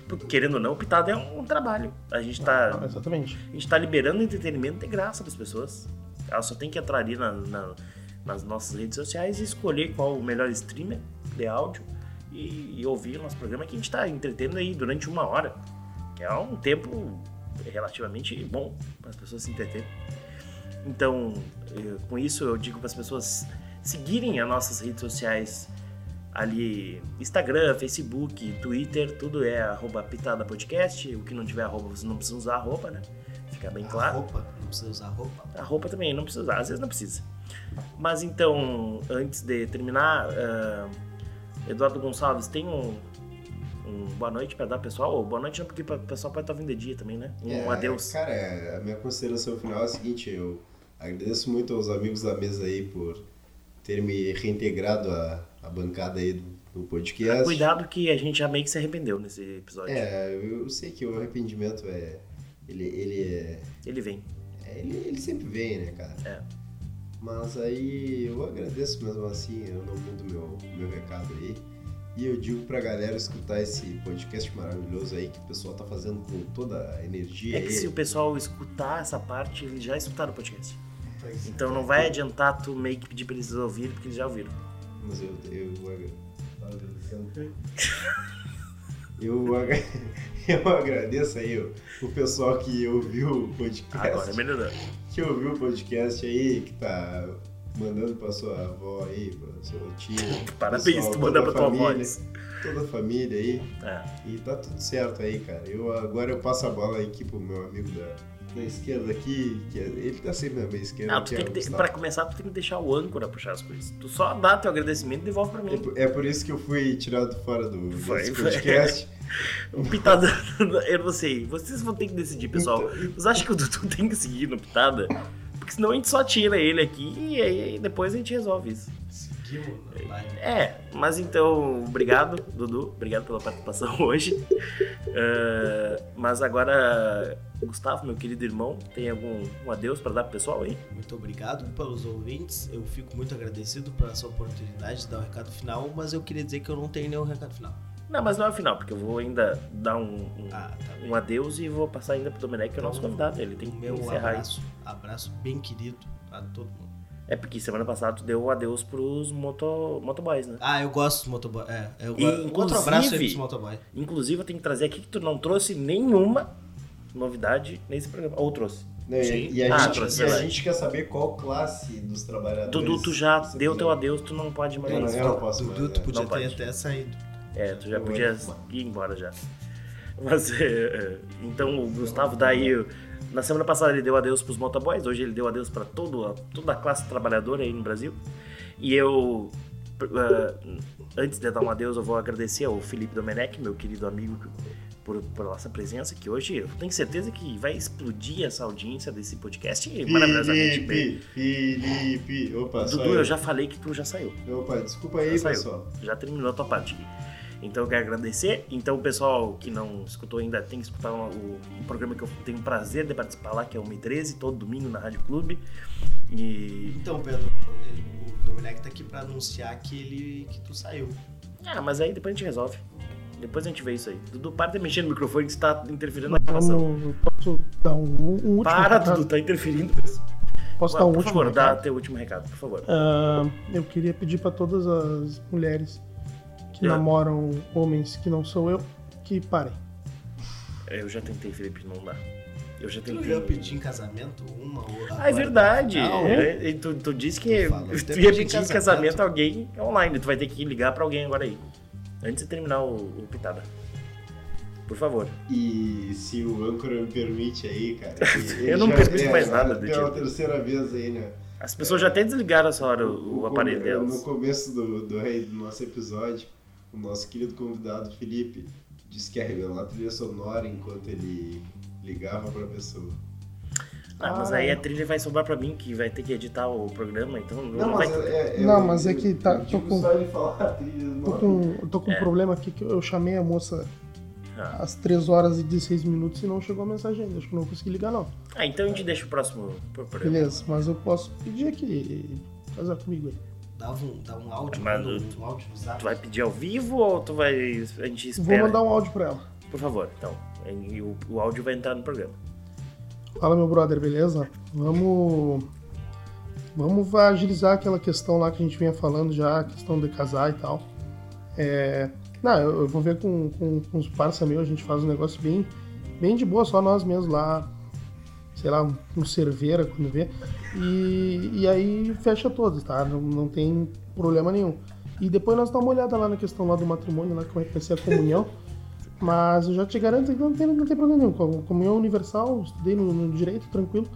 Porque querendo ou não, o Pitada é um, um trabalho. A gente tá, Ah, exatamente. a gente tá liberando entretenimento de graça das pessoas. Ela só tem que entrar ali na- na- nas nossas redes sociais e escolher qual o melhor streamer de áudio e, e ouvir o nosso programa que a gente tá entretendo aí durante uma hora. Que é um tempo relativamente bom para as pessoas se entreterem. Então, eh, com isso eu digo para as pessoas seguirem as nossas redes sociais ali, Instagram, Facebook, Twitter, tudo é arroba pitada podcast, o que não tiver arroba você não precisa usar arroba, né? Fica bem a claro. roupa, não precisa usar roupa. A roupa também não precisa usar, às vezes não precisa. Mas então, antes de terminar, ah, Eduardo Gonçalves tem um, um boa noite para dar pessoal, ou boa noite não, porque o pessoal pode estar vindo de dia também, né? Um É, adeus. Cara, a minha consideração final é a seguinte, eu agradeço muito aos amigos da mesa aí por ter me reintegrado à, à bancada aí do, do podcast. Cuidado que a gente já meio que se arrependeu nesse episódio. É, eu sei que o arrependimento é. Ele, ele é. Ele vem. é, ele, ele sempre vem, né, cara? É. Mas aí eu agradeço mesmo assim, eu não mudo meu, meu recado aí. E eu digo pra galera escutar esse podcast maravilhoso aí que o pessoal tá fazendo com toda a energia. É que aí. se o pessoal escutar essa parte, eles já escutaram o podcast. é. Então não vai adiantar tu meio que pedir pra eles ouvirem, porque eles já ouviram. Mas eu. Eu, agra- eu, agra- eu agradeço aí o, o pessoal que ouviu o podcast. Agora é melhorou. que ouviu o podcast aí, que tá mandando pra sua avó aí, pra sua tia. Parabéns, pessoal, tu manda toda pra a tua família, voz. Toda a família aí. É. E tá tudo certo aí, cara. Eu, agora eu passo a bola aqui pro meu amigo da, da esquerda aqui, que é- ele tá sempre na minha esquerda. Não, Ah, tu que é tem o que de- Gustavo. pra começar, tu tem que deixar o âncora puxar as coisas. Tu só dá teu agradecimento e devolve pra É mim. por- é por isso que eu fui tirado fora do desse Foi, foi. podcast. O Pitada, eu não sei. Vocês vão ter que decidir, pessoal. Então, Vocês acham que o Dudu tem que seguir no Pitada? Porque senão a gente só tira ele aqui e aí depois a gente resolve isso. Seguimos né? na página. É, mas então, obrigado, Dudu. Obrigado pela participação hoje. Ah, mas agora, Gustavo, meu querido irmão, tem algum um adeus pra dar pro pessoal aí? Muito obrigado pelos ouvintes. Eu fico muito agradecido por essa oportunidade de dar o recado final, mas eu queria dizer que eu não tenho nenhum recado final. Não, mas não é o final, porque eu vou ainda dar um, um, Ah, tá bem. um adeus e vou passar ainda pro Domenech, que é o nosso Então, convidado. Ele tem O que meu encerrar isso. abraço, abraço bem querido a todo mundo. É porque semana passada tu deu o adeus pros moto, motoboys, né? Ah, eu gosto dos motoboy. É, eu E, gosto. Outro inclusive- abraço aí pros motoboy. Inclusive, eu tenho que trazer aqui que tu não trouxe nenhuma novidade nesse programa. Ou trouxe. Não, né? e, e a Ah, gente, e trouxe a lá. gente quer saber qual classe dos trabalhadores. Dudu, tu já você deu teu quiser. adeus, tu não pode mais. Eu não, eu não posso mais, Dudu, tu né? podia Não ter pode. até saído. É, tu já Eu podia olho. ir embora já. Mas, é, é, então, o Gustavo daí... Na semana passada ele deu adeus pros motoboys, hoje ele deu adeus pra todo, a- toda a classe trabalhadora aí no Brasil. E eu... pr- ah, antes de dar um adeus, eu vou agradecer ao Felipe Domenech, meu querido amigo, por, por nossa presença, que hoje eu tenho certeza que vai explodir essa audiência desse podcast maravilhosamente bem. Felipe, Felipe. Opa, só Dudu, eu já falei que tu já saiu. Opa, desculpa aí, Já saiu. pessoal. já terminou a tua parte. Então eu quero agradecer. Então, o pessoal que não escutou ainda tem que escutar o, o programa que eu tenho o prazer de participar lá, que é o Me 13, todo domingo na Rádio Clube. E. Então, Pedro, ele- o Domenech tá aqui pra anunciar que ele que tu saiu. Ah, mas aí depois a gente resolve. Depois a gente vê isso aí. Dudu, para de mexer no microfone que você tá interferindo na gravação. Vamos, eu posso dar um, um último Para, recado? Dudu, tá interferindo. Posso dar um por último favor, dá recado? teu último recado, por favor. Ah, eu queria pedir pra todas as mulheres que É. namoram homens que não sou eu, que parem. Eu já tentei, Felipe, não dá. Eu já Tu não ia tentei. pedir em casamento uma ou Ah, é verdade. Não, É, e tu, tu disse que Tu fala, tu tem ia pedir pedir casamento. casamento. casamento a alguém online. Tu vai ter que ligar pra alguém agora aí. Antes de terminar o, o Pitada. Por favor. E se o âncora me permite aí, cara. Eu não permito mais nada do do Pela dia. terceira vez aí, né? As pessoas já até desligaram essa hora o, o aparelho com- é, No delas. começo do, do, aí do nosso episódio, o nosso querido convidado Felipe disse que ia revelar a trilha sonora enquanto ele ligava pra pessoa. Ah, mas aí a trilha vai sobrar pra mim, que vai ter que editar o programa, então não, Não, vai. mas é, Não, mas é que tá- eu tô digo com- só ele falar a trilha sonora. Tô com, eu tô com É. um problema aqui que eu chamei a moça Ah. às 3 horas e 16 minutos e não chegou a mensagem ainda. Acho que eu não consegui ligar, não. Ah, então a gente deixa o próximo pro programa. Beleza, mas eu posso pedir aqui, casar comigo aí. Dava um, dá um áudio, Mas um, um áudio no zap. Tu vai pedir ao vivo ou tu vai. A gente Vou espera? mandar um áudio pra ela. Por favor, então. E o, o áudio vai entrar no programa. Fala, meu brother, beleza? Vamos. Vamos va- agilizar aquela questão lá que a gente vinha falando já, a questão de casar e tal. É, não, eu, eu vou ver com, com, com os parça meus, a gente faz um negócio bem, bem de boa, só nós mesmos lá. Sei lá, um, um cerveira quando vê. E, e aí fecha todos, tá? Não, não tem problema nenhum. E depois nós damos uma olhada lá na questão lá do matrimônio, lá como é que vai ser a comunhão. Mas eu já te garanto que não tem, não tem problema nenhum. Com- Comunhão universal, estudei no, no direito, tranquilo.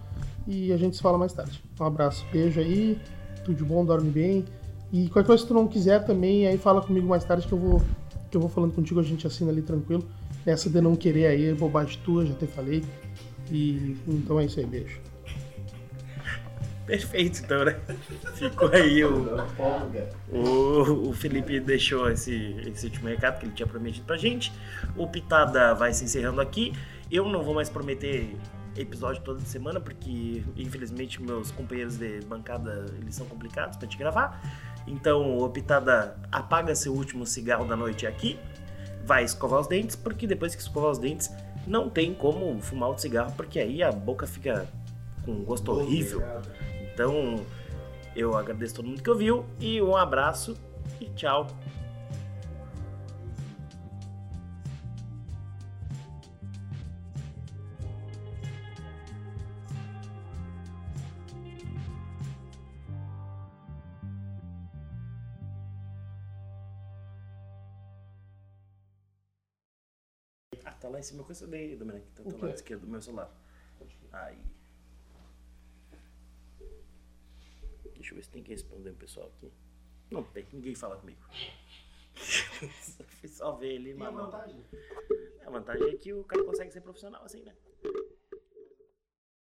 E a gente se fala mais tarde. Um abraço, beijo aí, tudo de bom, dorme bem. E qualquer coisa que tu não quiser também, aí fala comigo mais tarde que eu vou, que eu vou falando contigo, a gente assina ali tranquilo. Essa de não querer aí é bobagem tua, já te falei. E então é isso aí, beijo. Perfeito, então, né? Ficou aí o. Da folga. O, o Felipe deixou esse, esse último recado que ele tinha prometido pra gente. O Pitada vai se encerrando aqui. Eu não vou mais prometer episódio toda semana, porque infelizmente meus companheiros de bancada eles são complicados pra te gravar. Então o Pitada apaga seu último cigarro da noite aqui, vai escovar os dentes, porque depois que escovar os dentes não tem como fumar outro cigarro, porque aí a boca fica com um gosto horrível. Então, eu agradeço todo mundo que ouviu e um abraço e tchau. Ah, tá lá em cima, eu cancelei, Dominic. Tá do quê? lado esquerdo do meu celular. Aí. Deixa eu ver se tem que responder o pessoal aqui. Não tem, ninguém fala comigo. Fui só ver ele, E a mano. vantagem? A vantagem é que o cara consegue ser profissional assim, né?